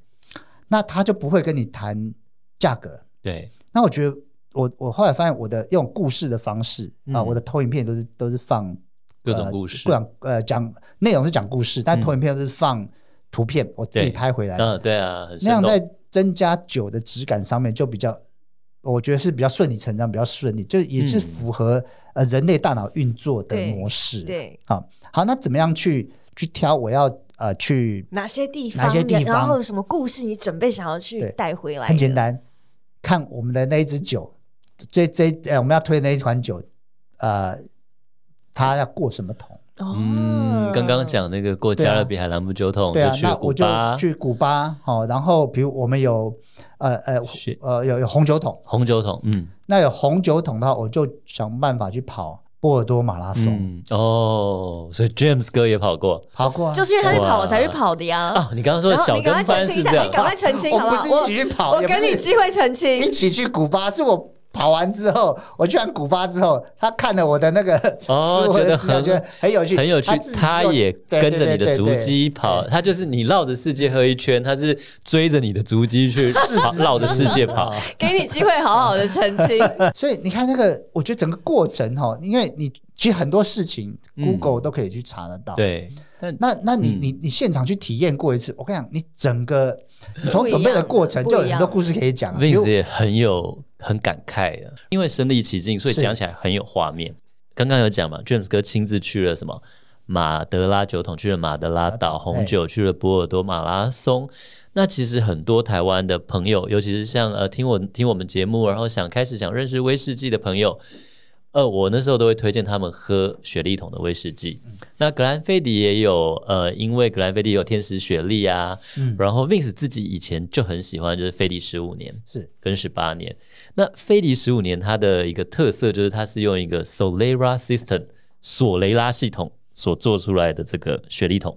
Speaker 1: 那他就不会跟你谈价格。
Speaker 2: 对，
Speaker 1: 那我觉得我我后来发现我的用故事的方式啊，
Speaker 2: 嗯
Speaker 1: 我的投影片都是都是放
Speaker 2: 各种故事嗯
Speaker 1: 呃，讲呃讲内容是讲故事，但投影片都是放图片，我自己
Speaker 2: 对
Speaker 1: 拍回来的。
Speaker 2: 嗯，对啊，很
Speaker 1: 那
Speaker 2: 生
Speaker 1: 样
Speaker 2: 动，
Speaker 1: 在增加酒的质感上面就比较，我觉得是比较顺理成章，比较顺利，就也是
Speaker 2: 嗯
Speaker 1: 符合呃人类大脑运作的
Speaker 3: 对
Speaker 1: 模式。，
Speaker 3: 对，
Speaker 1: 好，好，那怎么样去去挑我要呃去？
Speaker 3: 哪些地方，
Speaker 1: 哪些地方
Speaker 3: 然后有什么故事你准备想要去
Speaker 1: 对
Speaker 3: 带回来？
Speaker 1: 很简，单，看我们的那一支酒，这这呃我们要推的那一款酒，呃，它要过什么桶？
Speaker 3: 哦，
Speaker 2: 嗯，刚刚讲那个过
Speaker 1: 啊对啊
Speaker 2: 加勒比海蓝姆酒桶，
Speaker 1: 对啊
Speaker 2: 就，去
Speaker 1: 那
Speaker 2: 了
Speaker 1: 我
Speaker 2: 古
Speaker 1: 就
Speaker 2: 巴，
Speaker 1: 去古巴，好、然后比如我们有呃呃
Speaker 2: 是
Speaker 1: 呃有有红酒桶。
Speaker 2: 红酒桶，嗯
Speaker 1: 那有红酒桶的话，我就想办法去跑波尔多马拉松，
Speaker 2: 嗯，哦，所以 James 哥也跑过
Speaker 1: 跑过啊。
Speaker 3: 就是因为他去跑，
Speaker 2: 哇
Speaker 3: 我才去跑的呀。
Speaker 2: 啊，你刚刚说
Speaker 3: 然
Speaker 2: 的
Speaker 3: 后
Speaker 2: 小
Speaker 3: 你
Speaker 2: 跟
Speaker 3: 赶快澄
Speaker 2: 班
Speaker 3: 清
Speaker 2: 是
Speaker 3: 一
Speaker 2: 这
Speaker 3: 下，
Speaker 2: 样
Speaker 3: 你，赶快澄清好
Speaker 1: 我不
Speaker 3: 不好？
Speaker 1: 是
Speaker 3: 我
Speaker 1: 一起去跑，
Speaker 3: 我
Speaker 1: 也不
Speaker 3: 给你
Speaker 1: 是
Speaker 3: 机会澄清
Speaker 1: 一。起去古巴，是我跑完之后，我去完古巴之后，他看了我的那个 <laughs>
Speaker 2: 哦
Speaker 1: 书我的
Speaker 2: 觉得
Speaker 1: 资料
Speaker 2: 很
Speaker 1: 觉得很有趣，
Speaker 2: 很有趣
Speaker 1: 他自，己
Speaker 2: 他
Speaker 1: 又
Speaker 2: 也
Speaker 1: 对
Speaker 2: 跟着
Speaker 1: 对
Speaker 2: 你的
Speaker 1: 对
Speaker 2: 足
Speaker 1: 对
Speaker 2: 迹跑，他就是你绕着世界喝一圈，他是追着你的足迹去
Speaker 1: 是
Speaker 2: 跑，
Speaker 1: 是
Speaker 2: 绕着世界。
Speaker 1: 是
Speaker 2: 跑
Speaker 1: 是，是
Speaker 3: 给你机会好好的澄
Speaker 1: <laughs>
Speaker 3: 清。
Speaker 1: 啊所以你看那个，我觉得整个过程哈，因为你其实很多事情
Speaker 2: 嗯
Speaker 1: Google 都可以去查得到。。
Speaker 2: 对，但
Speaker 1: 那那你、
Speaker 2: 嗯
Speaker 1: 你你现场去体验过一次，我跟你讲，你整个你
Speaker 3: 不
Speaker 1: 从
Speaker 3: 一
Speaker 1: 准备的
Speaker 3: 样
Speaker 1: 过程
Speaker 3: 不
Speaker 1: 就有
Speaker 3: 一
Speaker 1: 很多
Speaker 3: 样
Speaker 1: 故事可以讲啊。比如
Speaker 2: Vince 也很有很感慨的，因为身临其境，所以
Speaker 1: 是
Speaker 2: 讲起来很有画面。刚刚有讲嘛，James 哥亲自去了什么马德拉酒桶，去了马德拉岛红
Speaker 1: 哎
Speaker 2: 酒，去了波尔多马拉松。那其实很多台湾的朋友，尤其是像呃听我听我们节目，然后想开始想认识威士忌的朋友，呃，我那时候都会推荐他们喝雪莉桶的威士忌。
Speaker 1: 嗯
Speaker 2: 那格兰菲迪也有，呃，因为格兰菲迪有天使雪莉啊，
Speaker 1: 嗯
Speaker 2: 然后 Vince 自己以前就很喜欢，就是菲迪十五年
Speaker 1: 是
Speaker 2: 跟十八年。那菲迪十五年它的一个特色就是它是用一个 Solera System 索雷拉系统所做出来的这个雪莉桶，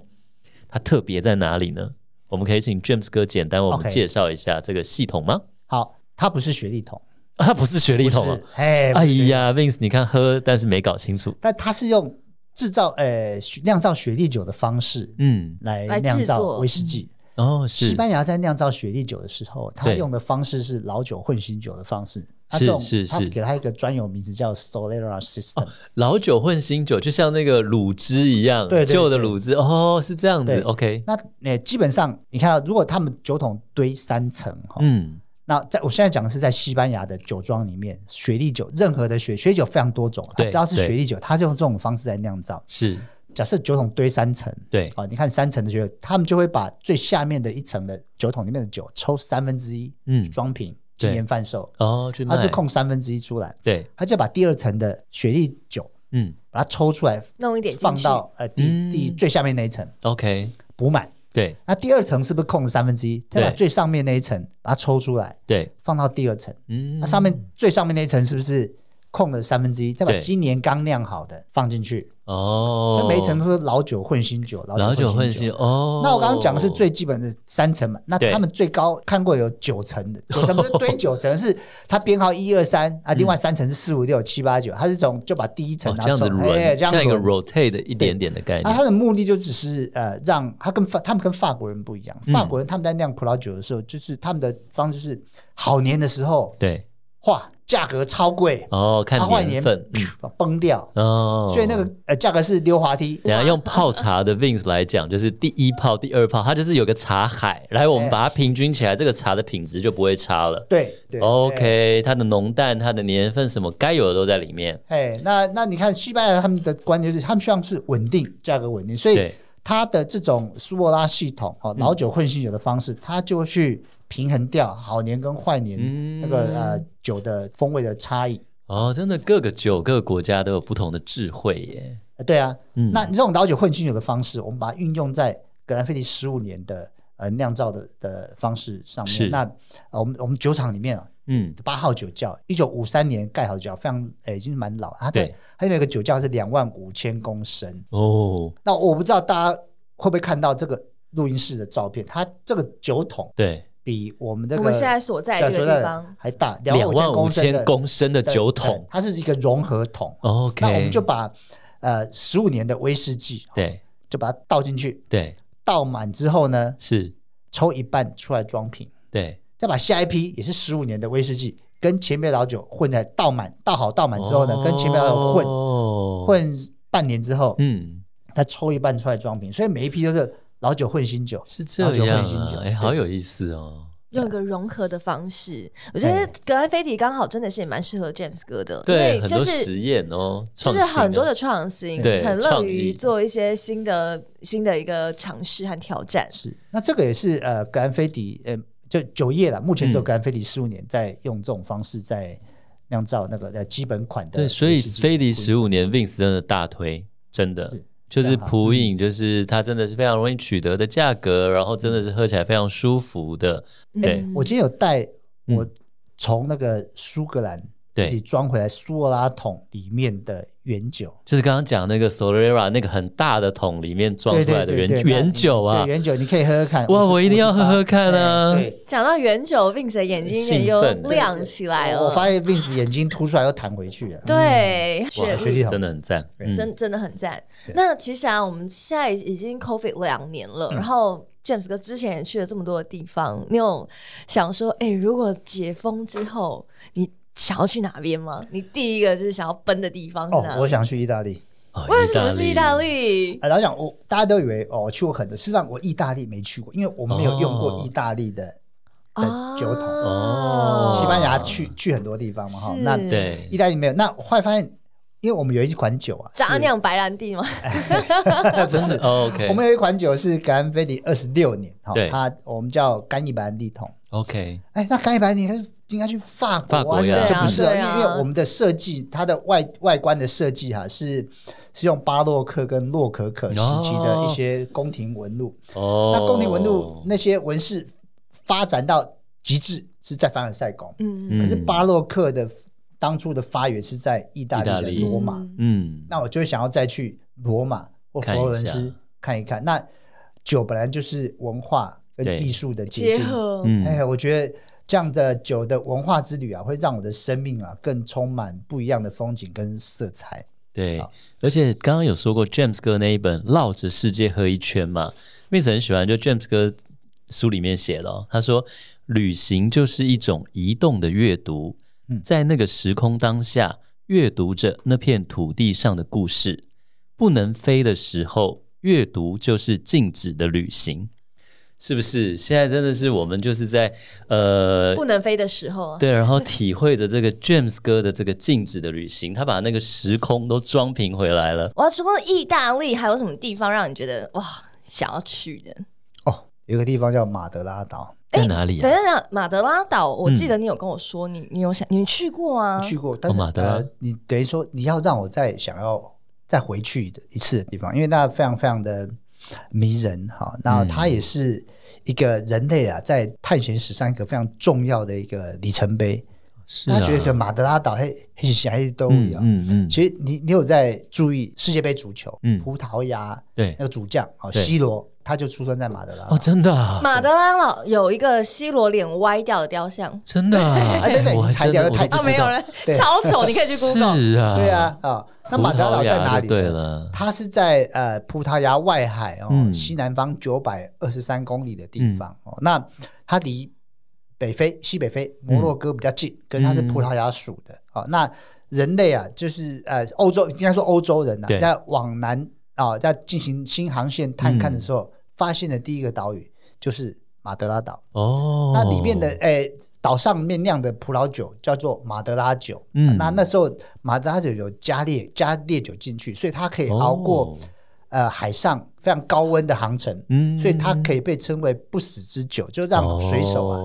Speaker 2: 它特别在哪里呢？我们可以请 James 哥简单我们
Speaker 1: OK
Speaker 2: 介绍一下这个系统吗？
Speaker 1: 好，它不是学历桶，
Speaker 2: 啊，它不是雪莉桶
Speaker 1: 不
Speaker 2: 啊
Speaker 1: 是！哎，
Speaker 2: 哎呀，Vince，你看喝，但是没搞清楚。
Speaker 1: 但它是用制造呃雪酿造雪莉酒的方式
Speaker 2: 嗯，
Speaker 1: 来
Speaker 3: 来制
Speaker 1: 酿造
Speaker 3: 作
Speaker 1: 威士忌。
Speaker 2: 哦，
Speaker 1: 西
Speaker 2: 是
Speaker 1: 班牙在酿造雪莉酒的时候，它
Speaker 2: 对
Speaker 1: 用的方式是老酒混新酒的方式。它
Speaker 2: 是
Speaker 1: 这种
Speaker 2: 是
Speaker 1: 它
Speaker 2: 是哦
Speaker 1: 给它一个专有名字叫 Solera System。
Speaker 2: 老酒混新酒，就像那个卤汁一样，
Speaker 1: 对对
Speaker 2: 旧的
Speaker 1: 对
Speaker 2: 卤汁哦，是这样子。
Speaker 1: 对
Speaker 2: OK，
Speaker 1: 那呃，基本上你看啊到，如果他们酒桶堆三层哈，
Speaker 2: 嗯，
Speaker 1: 那在我现在讲的是在西班牙的酒庄里面，雪莉酒任何的雪雪莉酒非常多种，它
Speaker 2: 对
Speaker 1: 只要是
Speaker 2: 对
Speaker 1: 雪莉酒，它就用这种方式来酿造。
Speaker 2: 是
Speaker 1: 假设酒桶堆三层，
Speaker 2: 对，
Speaker 1: 哦，你看三层的酒，他们就会把最下面的一层的酒桶里面的酒抽三分之一，
Speaker 2: 嗯
Speaker 1: 装瓶，
Speaker 2: 对
Speaker 1: 今年贩售，
Speaker 2: 哦，去
Speaker 1: 他
Speaker 2: 卖
Speaker 1: 是，控三分之一出来，
Speaker 2: 对，
Speaker 1: 他就把第二层的雪莉酒
Speaker 2: 嗯，
Speaker 1: 把它抽出来，
Speaker 3: 弄一点进
Speaker 1: 放
Speaker 3: 去，
Speaker 1: 到呃地
Speaker 2: 嗯
Speaker 1: 地最下面那一层
Speaker 2: OK，
Speaker 1: 补满。
Speaker 2: 对
Speaker 1: 那第二层是不是空了三分之一？再把
Speaker 2: 对
Speaker 1: 最上面那一层把它抽出来，
Speaker 2: 对，
Speaker 1: 放到第二层。
Speaker 2: 嗯
Speaker 1: 那上面最上面那一层是不是空了三分之一？再把
Speaker 2: 对
Speaker 1: 今年刚酿好的放进去，
Speaker 2: 哦，
Speaker 1: 所以每一层都是老酒混新酒，
Speaker 2: 老
Speaker 1: 酒
Speaker 2: 酒混
Speaker 1: 新
Speaker 2: 新。哦。
Speaker 1: 那我刚刚讲的是最基本的三层嘛，那
Speaker 2: 对
Speaker 1: 他们最高看过有九
Speaker 2: <laughs>
Speaker 1: 层的，九层不是堆九层，是它编号一二三啊，另外三层是四五六七八九，它是从就把第一层
Speaker 2: 嗯哦
Speaker 1: 然
Speaker 2: 这
Speaker 1: 后
Speaker 2: 样子
Speaker 1: 从
Speaker 2: 轮，
Speaker 1: 哎这样
Speaker 2: 像一个
Speaker 1: 轮
Speaker 2: rotate 的一点点的概
Speaker 1: 啊，
Speaker 2: 念。
Speaker 1: 它的目的就只是呃，让它跟法他们跟法国人不一样，
Speaker 2: 嗯
Speaker 1: 法国人他们在酿葡萄酒的时候，就是他们的方式是好年的时候，
Speaker 2: 对，
Speaker 1: 哇，价格超贵，
Speaker 2: 哦，看
Speaker 1: 它坏啊年
Speaker 2: 分，
Speaker 1: 啪崩掉，
Speaker 2: 嗯哦，
Speaker 1: 所以那个呃价格是溜滑梯，
Speaker 2: 等下用泡茶的 vins 来讲，就是第一泡、第二泡，它就是有个茶海，来我们把它平均起来，这个茶的品质就不会差了。
Speaker 1: 对哎对
Speaker 2: 哦 OK，它的浓淡、它的年份什么该有的都在里面。
Speaker 1: 哎，那那你看西班牙他们的观点就是，他们希望是稳定价格稳定，所以
Speaker 2: 对嗯
Speaker 1: 它的这种苏泊拉系统哦，老酒混新酒的方式，它就会去平衡掉好年跟坏年
Speaker 2: 嗯
Speaker 1: 那个呃酒的风味的差异。
Speaker 2: 哦，真的各个酒、各个国家都有不同的智慧耶。
Speaker 1: 呃对啊，
Speaker 2: 嗯
Speaker 1: 那这种老酒混新酒的方式，我们把它运用在格兰菲迪十五年的呃酿造的的方式上
Speaker 2: 是
Speaker 1: 面。那、呃、我们我们酒厂里面啊，
Speaker 2: 嗯，
Speaker 1: 八号酒窖，一九五三年盖好酒窖，非常呃、已经蛮老了。它的
Speaker 2: 对
Speaker 1: 它有一个酒窖是两万五千公升。
Speaker 2: 哦，
Speaker 1: 那我不知道大家会不会看到这个录音室的照片，它这个酒桶
Speaker 2: 对，
Speaker 1: 比我们这个
Speaker 3: 我们现在所在这个地方
Speaker 1: 还大，
Speaker 2: 两万
Speaker 1: 公
Speaker 2: 五
Speaker 1: 升
Speaker 2: 千
Speaker 1: 的
Speaker 2: 公升的
Speaker 1: 的
Speaker 2: 酒桶
Speaker 1: 对。它是一个融合桶。
Speaker 2: OK，
Speaker 1: 那我们就把呃十五年的威士忌，哦
Speaker 2: 对
Speaker 1: 就把它倒进去，
Speaker 2: 对
Speaker 1: 倒满之后呢，
Speaker 2: 是，
Speaker 1: 抽一半出来装瓶，
Speaker 2: 对
Speaker 1: 再把下一批也是十五年的威士忌跟前面老酒混在倒满，倒好倒满之后呢，跟前面老酒混
Speaker 2: 哦混，
Speaker 1: 混半年之后，
Speaker 2: 嗯，
Speaker 1: 再抽一半出来装瓶，所以每一批都是老酒混新酒。
Speaker 2: 是
Speaker 1: 然
Speaker 2: 这
Speaker 1: 后就
Speaker 2: 样
Speaker 1: 混新酒
Speaker 2: 啊，哎，
Speaker 1: 对
Speaker 2: 好有意思哦。
Speaker 3: 用一个融合的方式。我觉得格兰菲迪刚好真的是也蛮适合 James 哥的，
Speaker 2: 对，
Speaker 3: 因为
Speaker 2: 很
Speaker 3: 就
Speaker 2: 多
Speaker 3: 是
Speaker 2: 实验哦，
Speaker 3: 就
Speaker 2: 创
Speaker 3: 是
Speaker 2: 新
Speaker 3: 很多
Speaker 2: 哦
Speaker 3: 的创新，
Speaker 2: 对
Speaker 3: 很乐
Speaker 2: 创
Speaker 3: 于
Speaker 2: 意
Speaker 3: 做一些新的新的一个尝试和挑战。
Speaker 1: 是，那这个也是呃格兰菲迪呃就酒业了，目前只有
Speaker 2: 嗯
Speaker 1: 格兰菲迪十五年在用这种方式在酿造那个呃基本款的
Speaker 2: 对，
Speaker 1: 威
Speaker 2: 所以
Speaker 1: 士忌。
Speaker 2: 飞迪十五年 Vince 真的大推，真的
Speaker 1: 是
Speaker 2: 就是
Speaker 1: 非常好
Speaker 2: 普饮，就是它真的是非常容易取得的价格，然后真的是喝起来非常舒服的。对
Speaker 1: 我今天有带
Speaker 2: 嗯
Speaker 1: 我从那个苏格兰
Speaker 2: 对
Speaker 1: 自己装回来苏格拉桶里面的原酒，
Speaker 2: 就是刚刚讲那个 Solera 那个很大的桶里面装
Speaker 1: 对
Speaker 2: 出
Speaker 1: 对
Speaker 2: 来的
Speaker 1: 对
Speaker 2: 原
Speaker 1: 对
Speaker 2: 原酒啊
Speaker 1: 对，原酒你可以喝喝看。
Speaker 2: 哇
Speaker 1: 50
Speaker 2: 我一定要喝喝看啊
Speaker 1: 58对，对
Speaker 3: 讲到原酒，Vince 的眼睛也又
Speaker 2: 兴奋
Speaker 3: 亮起来
Speaker 1: 我
Speaker 3: 了。
Speaker 1: 我发现嗯 Vince 眼睛凸出来又弹回去了。
Speaker 3: 对，
Speaker 2: 哇
Speaker 3: 雪
Speaker 1: 学历好
Speaker 2: 真的很赞，嗯
Speaker 3: 真真的很赞。
Speaker 1: 对
Speaker 3: 那其实啊，我们现在已经 COVID 两年了，然后 James 哥之前也去了这么多的地方，你有想说，哎、如果解封之后，你想要去哪边吗？你第一个就是想要奔的地方是
Speaker 1: 哦
Speaker 3: 哪？，
Speaker 1: 我想去意大利。
Speaker 2: 哦
Speaker 3: 为什么是意大？利？
Speaker 1: 啊，老实讲我大家都以为哦，我去过很多，事实上我意大利没去过，因为我没有用过意大利的、
Speaker 3: 啊
Speaker 1: 的酒桶。
Speaker 2: 哦
Speaker 1: 西班牙去去很多地方嘛，哈，
Speaker 3: 是
Speaker 1: 那
Speaker 2: 对
Speaker 1: 意大利没有。那我后来发现，因为我们有一款酒啊，
Speaker 3: 渣
Speaker 1: 是
Speaker 3: 酿白兰地吗？
Speaker 2: 真的哦 OK，
Speaker 1: 我们有一款酒是格兰菲迪二十六年，哈
Speaker 2: 对，
Speaker 1: 它我们叫干邑白兰地桶。
Speaker 2: OK
Speaker 1: 哎，那干邑白兰地应该应该去法国、啊，
Speaker 2: 法国呀
Speaker 1: 就不是、
Speaker 3: 对
Speaker 1: 因
Speaker 3: 啊
Speaker 1: 为因为我们的设计，它的外外观的设计哈、是是用巴洛克跟洛可可时期的一些宫廷纹路。
Speaker 2: 哦，
Speaker 1: 那宫廷纹路那些纹饰发展到极致是在凡尔赛宫，
Speaker 3: 嗯，
Speaker 2: 嗯
Speaker 1: 可是巴洛克的当初的发源是在意大利的
Speaker 2: 意大利
Speaker 1: 罗马。
Speaker 2: 嗯
Speaker 1: 那我就会想要再去罗马或佛罗伦
Speaker 2: 看一
Speaker 1: 斯
Speaker 2: 下
Speaker 1: 看一看。那酒本来就是文化
Speaker 2: 对
Speaker 1: 跟艺术的结
Speaker 3: 结
Speaker 1: 晶，
Speaker 3: 合。
Speaker 2: 嗯
Speaker 1: 哎，我觉得。这样的酒的文化之旅啊，会让我的生命啊更充满不一样的风景跟色彩。
Speaker 2: 对，而且刚刚有说过 James 哥那一本《绕着世界喝一圈》嘛，Vince 很喜欢，就 James 哥书里面写的、哦，他说旅行就是一种移动的阅读，在那个时空当下，阅读着那片土地上的故事。不能飞的时候，阅读就是静止的旅行，是不是？现在真的是我们就是在呃
Speaker 3: 不能飞的时候啊，
Speaker 2: <laughs> 对，然后体会着这个 James 哥的这个静止的旅行，他把那个时空都装平回
Speaker 1: <laughs>
Speaker 2: 来了。
Speaker 3: 我要说意大利还有什么地方让你觉得哇想要去的？
Speaker 1: 哦，有一个地方叫马德拉岛，
Speaker 2: 在哪里
Speaker 3: 等
Speaker 1: 哎
Speaker 2: 啊？
Speaker 3: 一下，马德拉岛，我记得你有跟我说，你你有想你去过啊？
Speaker 1: 去过，但是、
Speaker 2: 哦马德拉
Speaker 1: 呃，你等于说你要让我再想要再回去的一次的地方，因为那非常非常的迷人哈。
Speaker 2: 嗯
Speaker 1: 那它也是一个人类啊在探险史上一个非常重要的一个里程碑。
Speaker 2: 是
Speaker 1: 大
Speaker 2: 啊
Speaker 1: 家觉得马德拉岛黑黑黑都一样。
Speaker 2: 嗯嗯，
Speaker 1: 其实你你有在注意世界杯足球，
Speaker 2: 嗯
Speaker 1: 葡萄牙
Speaker 3: <laughs>
Speaker 2: 对
Speaker 1: 那个主将哦
Speaker 2: 对
Speaker 1: C 罗，他就出生在马德拉岛
Speaker 2: 哦，真的啊，
Speaker 3: 马德拉老有一个 C 罗脸歪掉的雕像
Speaker 2: 真的啊，
Speaker 1: <laughs> 哎对对
Speaker 2: 我还
Speaker 1: 已经裁
Speaker 2: 真
Speaker 1: 掉
Speaker 2: 的
Speaker 1: 了
Speaker 2: 我
Speaker 1: 太
Speaker 2: 都
Speaker 1: 不
Speaker 3: 啊，
Speaker 1: 知
Speaker 3: 没有
Speaker 1: 道
Speaker 3: 人
Speaker 1: 对
Speaker 3: 超丑，你可以去 Google。
Speaker 2: 是啊，
Speaker 1: 对啊，啊，那马德拉岛在哪里呢？
Speaker 2: 葡萄牙就对了
Speaker 1: 它是在呃葡萄牙外海哦，
Speaker 2: 嗯
Speaker 1: 西南方九百二十三公里的地方、哦。那它离北非、西北非、摩洛哥比较近，可是它
Speaker 2: 嗯
Speaker 1: 是葡萄牙属的。哦，那人类啊，就是呃欧洲，应该说欧洲人啊
Speaker 2: 对，
Speaker 1: 在往南啊、在进行新航线探勘的时
Speaker 2: 嗯
Speaker 1: 候，发现的第一个岛屿就是马德拉岛。
Speaker 2: 哦，
Speaker 1: 那里面的诶、岛上面酿的葡萄酒叫做马德拉酒，
Speaker 2: 嗯
Speaker 1: 那那时候马德拉酒有加烈加烈酒进去，所以它可以熬过、
Speaker 2: 哦
Speaker 1: 呃海上非常高温的航程，
Speaker 2: 嗯哦
Speaker 1: 所以它可以被称为不死之酒，就让水手啊。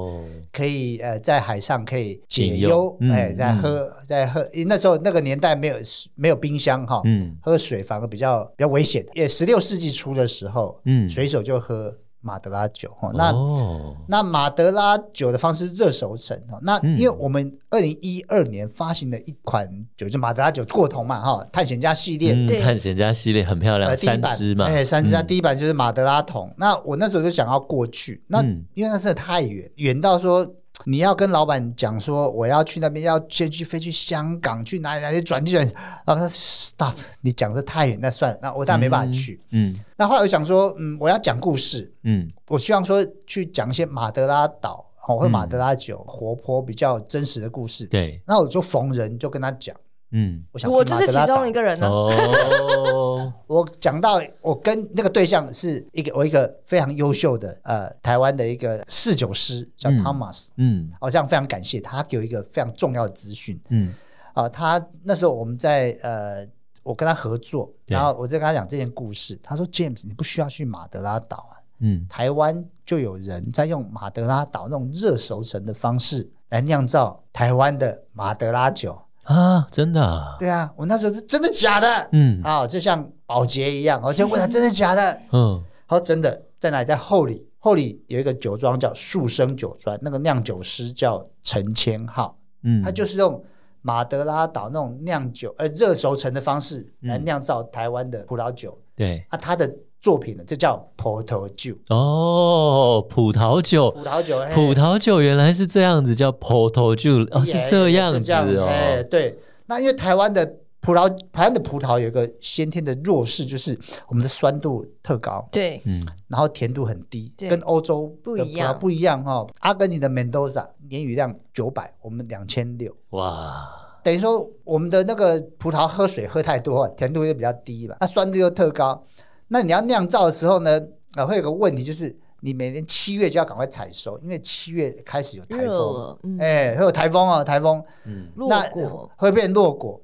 Speaker 1: 可以呃，在海上可以解
Speaker 2: 解
Speaker 1: 忧
Speaker 2: 忧，嗯
Speaker 1: 哎、在喝，在喝。因为那时候那个年代没有没有冰箱哈，
Speaker 2: 嗯
Speaker 1: 喝水反而比较比较危险。也十六世纪初的时候，
Speaker 2: 嗯
Speaker 1: 水手就喝马德拉酒哈。那
Speaker 2: 哦
Speaker 1: 那马德拉酒的方式热熟成哦，那
Speaker 2: 嗯
Speaker 1: 因为我们二零一二年发行了一款酒，就马德拉酒过桶嘛哈，探险家系列。
Speaker 2: 嗯
Speaker 3: 对
Speaker 2: 探险家系列很漂亮，
Speaker 1: 呃，第一
Speaker 2: 三
Speaker 1: 版
Speaker 2: 只嘛，
Speaker 1: 哎，三只，那
Speaker 2: 嗯
Speaker 1: 第一版就是马德拉桶。那我那时候就想要过去，那
Speaker 2: 嗯
Speaker 1: 因为那真的太远，远到说你要跟老板讲说我要去那边，要先去飞去香港，去哪里哪里转机转，然后他说 stop，你讲的太远，那算了，那我当然没办法去。，
Speaker 2: 嗯
Speaker 1: 那后来我想说，嗯，我要讲故事，
Speaker 2: 嗯
Speaker 1: 我希望说去讲一些马德拉岛哦，或者马德拉酒、活泼比较真实的故事。
Speaker 2: 对，
Speaker 1: 那我就逢人就跟他讲， <laughs>
Speaker 2: 嗯
Speaker 1: 我想去
Speaker 3: 我就是
Speaker 1: 马
Speaker 3: 其
Speaker 1: 德拉岛
Speaker 3: 中一。个人啊呢、
Speaker 2: 哦，
Speaker 1: 我讲到我跟那个对象是一个我一个非常优秀的呃台湾的一个侍酒师叫
Speaker 2: 嗯
Speaker 1: Thomas，、
Speaker 2: 嗯
Speaker 1: 哦，这样非常感谢他给我一个非常重要的资讯
Speaker 2: 嗯
Speaker 1: 啊、他那时候我们在呃。我跟他合作，
Speaker 2: 对
Speaker 1: 然后我在跟他讲这件故事。他说：“James，你不需要去马德拉岛啊，
Speaker 2: 嗯
Speaker 1: 台湾就有人在用马德拉岛那种热熟成的方式来酿造台湾的马德拉酒。
Speaker 2: 啊，真的啊，
Speaker 1: 对啊，我那时候是真的假的？
Speaker 2: 嗯
Speaker 1: 啊、就像保洁一样，我就问他真的假的？
Speaker 2: 嗯
Speaker 1: 他说真的，在哪里？在后里，后里有一个酒庄叫树生酒庄，那个酿酒师叫陈千浩，
Speaker 2: 嗯，
Speaker 1: 他就是用。马德拉岛那种酿酒，呃，热熟成的方式来酿造台湾的葡萄酒。
Speaker 2: 对
Speaker 1: 啊，他的作品呢，就叫葡萄酒。
Speaker 2: 哦，葡萄酒
Speaker 1: 葡。萄酒，嘿
Speaker 2: 葡萄酒原来是这样子，叫 Porto j u 哦，是这样
Speaker 1: 就
Speaker 2: 子
Speaker 1: 哎，
Speaker 2: 哦，
Speaker 1: 对，那因为台湾的葡萄，台湾的葡萄有一个先天的弱势，就是我们的酸度特高，
Speaker 3: 对，
Speaker 2: 嗯，
Speaker 1: 然后甜度很低，
Speaker 3: 对
Speaker 1: 跟欧洲的
Speaker 3: 不一
Speaker 1: 葡萄
Speaker 3: 样
Speaker 1: 不一样哦。阿根廷的 Mendoza 年雨量九百，我们两千六。
Speaker 2: 哇，
Speaker 1: 等于说，我们的那个葡萄喝水喝太多，甜度就比较低嘛，那酸度又特高。那你要酿造的时候呢，呃，会有个问题，就是你每年七月就要赶快采收，因为七月开始有台
Speaker 3: 热
Speaker 1: 风，
Speaker 3: 了，嗯，
Speaker 1: 哎、会有台风哦，台风。
Speaker 2: 嗯
Speaker 3: 落
Speaker 1: 那
Speaker 3: 果，
Speaker 1: 会变落果，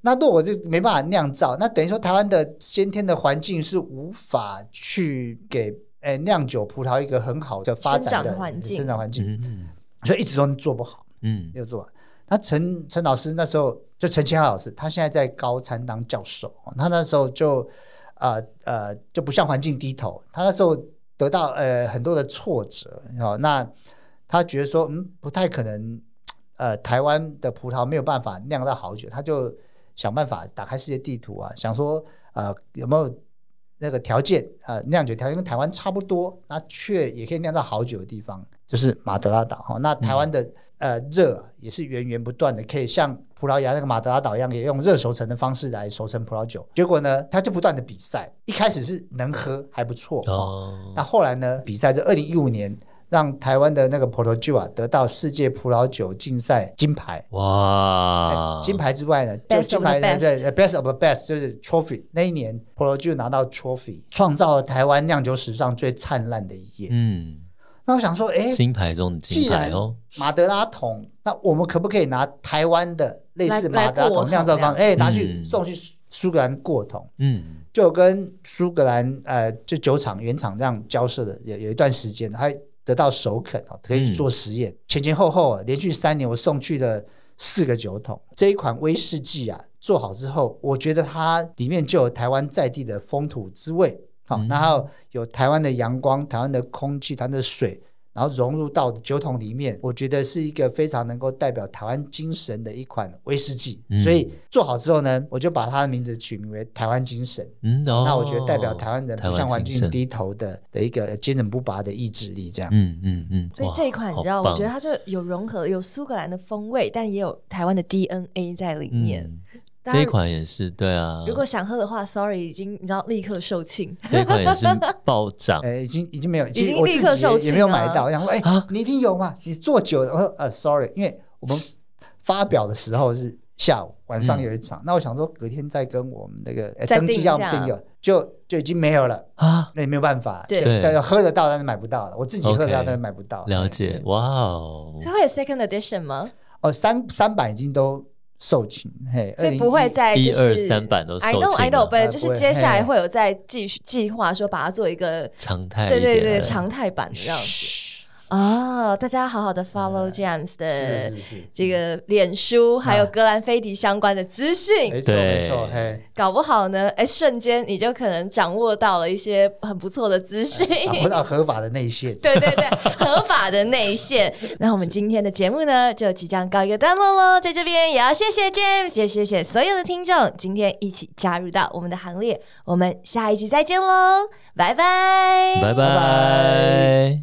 Speaker 1: 那落果就没办法酿造。那等于说，台湾的先天的环境是无法去给诶酿酒葡萄一个很好的发展
Speaker 3: 生
Speaker 1: 的
Speaker 3: 长环境
Speaker 1: 生长环境，
Speaker 2: 嗯
Speaker 1: 所以一直都做不好，
Speaker 2: 嗯
Speaker 1: 没有做好。那陈陈老师那时候就陈千浩老师，他现在在高参当教授，他那时候就呃呃就不向环境低头，他那时候得到呃很多的挫折，哦，那他觉得说嗯不太可能，呃台湾的葡萄没有办法酿到好酒，他就想办法打开世界地图啊，想说呃有没有那个条件呃酿酒条件跟台湾差不多，那却也可以酿到好酒的地方，就是马德拉岛哈、哦，那台湾的、呃热啊也是源源不断的，可以像葡萄牙那个马德拉岛一样，也用热熟成的方式来熟成葡萄酒。结果呢，他就不断的比赛，一开始是能喝还不错哦
Speaker 2: 哦，
Speaker 1: 那后来呢，比赛在二零一五年让台湾的那个葡萄酒啊得到世界葡萄酒竞赛金牌。
Speaker 2: 哇啊
Speaker 1: 哎，金牌之外呢，
Speaker 3: Best
Speaker 1: 就
Speaker 3: of
Speaker 1: 金牌
Speaker 3: the best
Speaker 1: 对对 best of the best 就是 trophy。那一年，葡萄酒拿到 trophy，创造了台湾酿酒史上最灿烂的一页。
Speaker 2: 嗯，
Speaker 1: 那我想说，哎，
Speaker 2: 金牌中的金牌哦，
Speaker 1: 马德拉桶，那我们可不可以拿台湾的类似
Speaker 3: 来
Speaker 1: 马德拉
Speaker 3: 来过
Speaker 1: 桶
Speaker 3: 桶
Speaker 1: 酿造方式，哎，拿
Speaker 2: 嗯
Speaker 1: 去送去苏苏格兰过桶？
Speaker 2: 嗯
Speaker 1: 就有跟苏格兰呃，就酒厂原厂这样交涉的有有一段时间，还得到首肯啊，可以做实验。前前后后啊，连续三年我送去了四个酒桶，这一款威士忌啊，做好之后，我觉得它里面就有台湾在地的风土滋味，好、然后有台湾的阳光、台湾的空气、台湾的水，然后融入到酒桶里面，我觉得是一个非常能够代表台湾精神的一款威士忌。
Speaker 2: 嗯
Speaker 1: 所以做好之后呢，我就把它的名字取名为台湾精神。
Speaker 2: 嗯，哦
Speaker 1: 那我觉得代表台湾人
Speaker 2: 台
Speaker 1: 不
Speaker 2: 湾
Speaker 1: 向环
Speaker 2: 精
Speaker 1: 境
Speaker 2: 神
Speaker 1: 低头的的一个坚韧不拔的意志力，这样。，
Speaker 2: 嗯嗯嗯，
Speaker 3: 所以
Speaker 2: 哇
Speaker 3: 这一款你知道，
Speaker 2: 好棒
Speaker 3: 我觉得它就有融合有苏格兰的风味，但也有台湾的 DNA 在里面。
Speaker 2: 嗯
Speaker 3: 当
Speaker 2: 这
Speaker 3: 然
Speaker 2: 一款也是对啊，
Speaker 3: 如果想喝的话，sorry，已经你知道立刻售罄。
Speaker 2: 这一款也是暴涨
Speaker 1: <laughs> 呃，已经已经没有，
Speaker 3: 经
Speaker 1: 其实我自己
Speaker 3: 立刻售
Speaker 1: 也
Speaker 3: 罄
Speaker 1: 也没有买
Speaker 3: 了
Speaker 1: 到。我想说，哎、
Speaker 2: 啊
Speaker 1: 你一定有嘛？你做久了，我说呃，sorry，因为我们发表的时候是下午，晚上
Speaker 2: 嗯
Speaker 1: 有一场。那我想说，隔天再跟我们那个、呃
Speaker 3: 再
Speaker 1: 登
Speaker 3: 定
Speaker 1: 记
Speaker 3: 一
Speaker 1: 要
Speaker 3: 下
Speaker 1: 订有，就就已经没有了。
Speaker 2: 啊，
Speaker 1: 那也没有办法，
Speaker 3: 对
Speaker 1: 就
Speaker 2: 对
Speaker 1: 但喝得到，但是买不到了。我自己喝得到
Speaker 2: OK，
Speaker 1: 但是买不到。
Speaker 3: 哎
Speaker 2: 了解，哇
Speaker 1: 嗯
Speaker 2: 哦，
Speaker 3: 它会有 second edition 吗？
Speaker 1: 哦，三三版已经都售罄，嘿，
Speaker 3: 所以不会
Speaker 1: 2011
Speaker 3: 再
Speaker 2: 一
Speaker 3: 就是
Speaker 2: 二三版都售
Speaker 3: I know
Speaker 2: 罄
Speaker 3: I know，
Speaker 2: 了
Speaker 3: but
Speaker 1: 哎
Speaker 3: 就是
Speaker 1: 不会
Speaker 3: 接下来
Speaker 1: 嘿
Speaker 3: 会有再继续计划说把它做一个
Speaker 2: 常态一
Speaker 3: 对
Speaker 2: 点，
Speaker 3: 对对常态版的样子
Speaker 1: 嘘
Speaker 3: 啊、大家好好
Speaker 2: 嗯
Speaker 3: 的 follow James
Speaker 1: 是
Speaker 3: 的
Speaker 1: 是是，
Speaker 3: 呃这个脸书，还有格兰菲迪相关的资讯，
Speaker 1: 没错
Speaker 2: 对
Speaker 1: 没错，嘿，
Speaker 3: 搞不好呢，哎，瞬间你就可能掌握到了一些很不错的资讯。
Speaker 2: 哎啊
Speaker 1: 找不到合法的内线。
Speaker 3: 对对对，合法的内线。那我们今天的节目呢，就即将告一个段落喽。在这边也要谢谢 James，也谢谢所有的听众，今天一起加入到我们的行列。我们下一集再见喽，拜拜，
Speaker 2: 拜拜。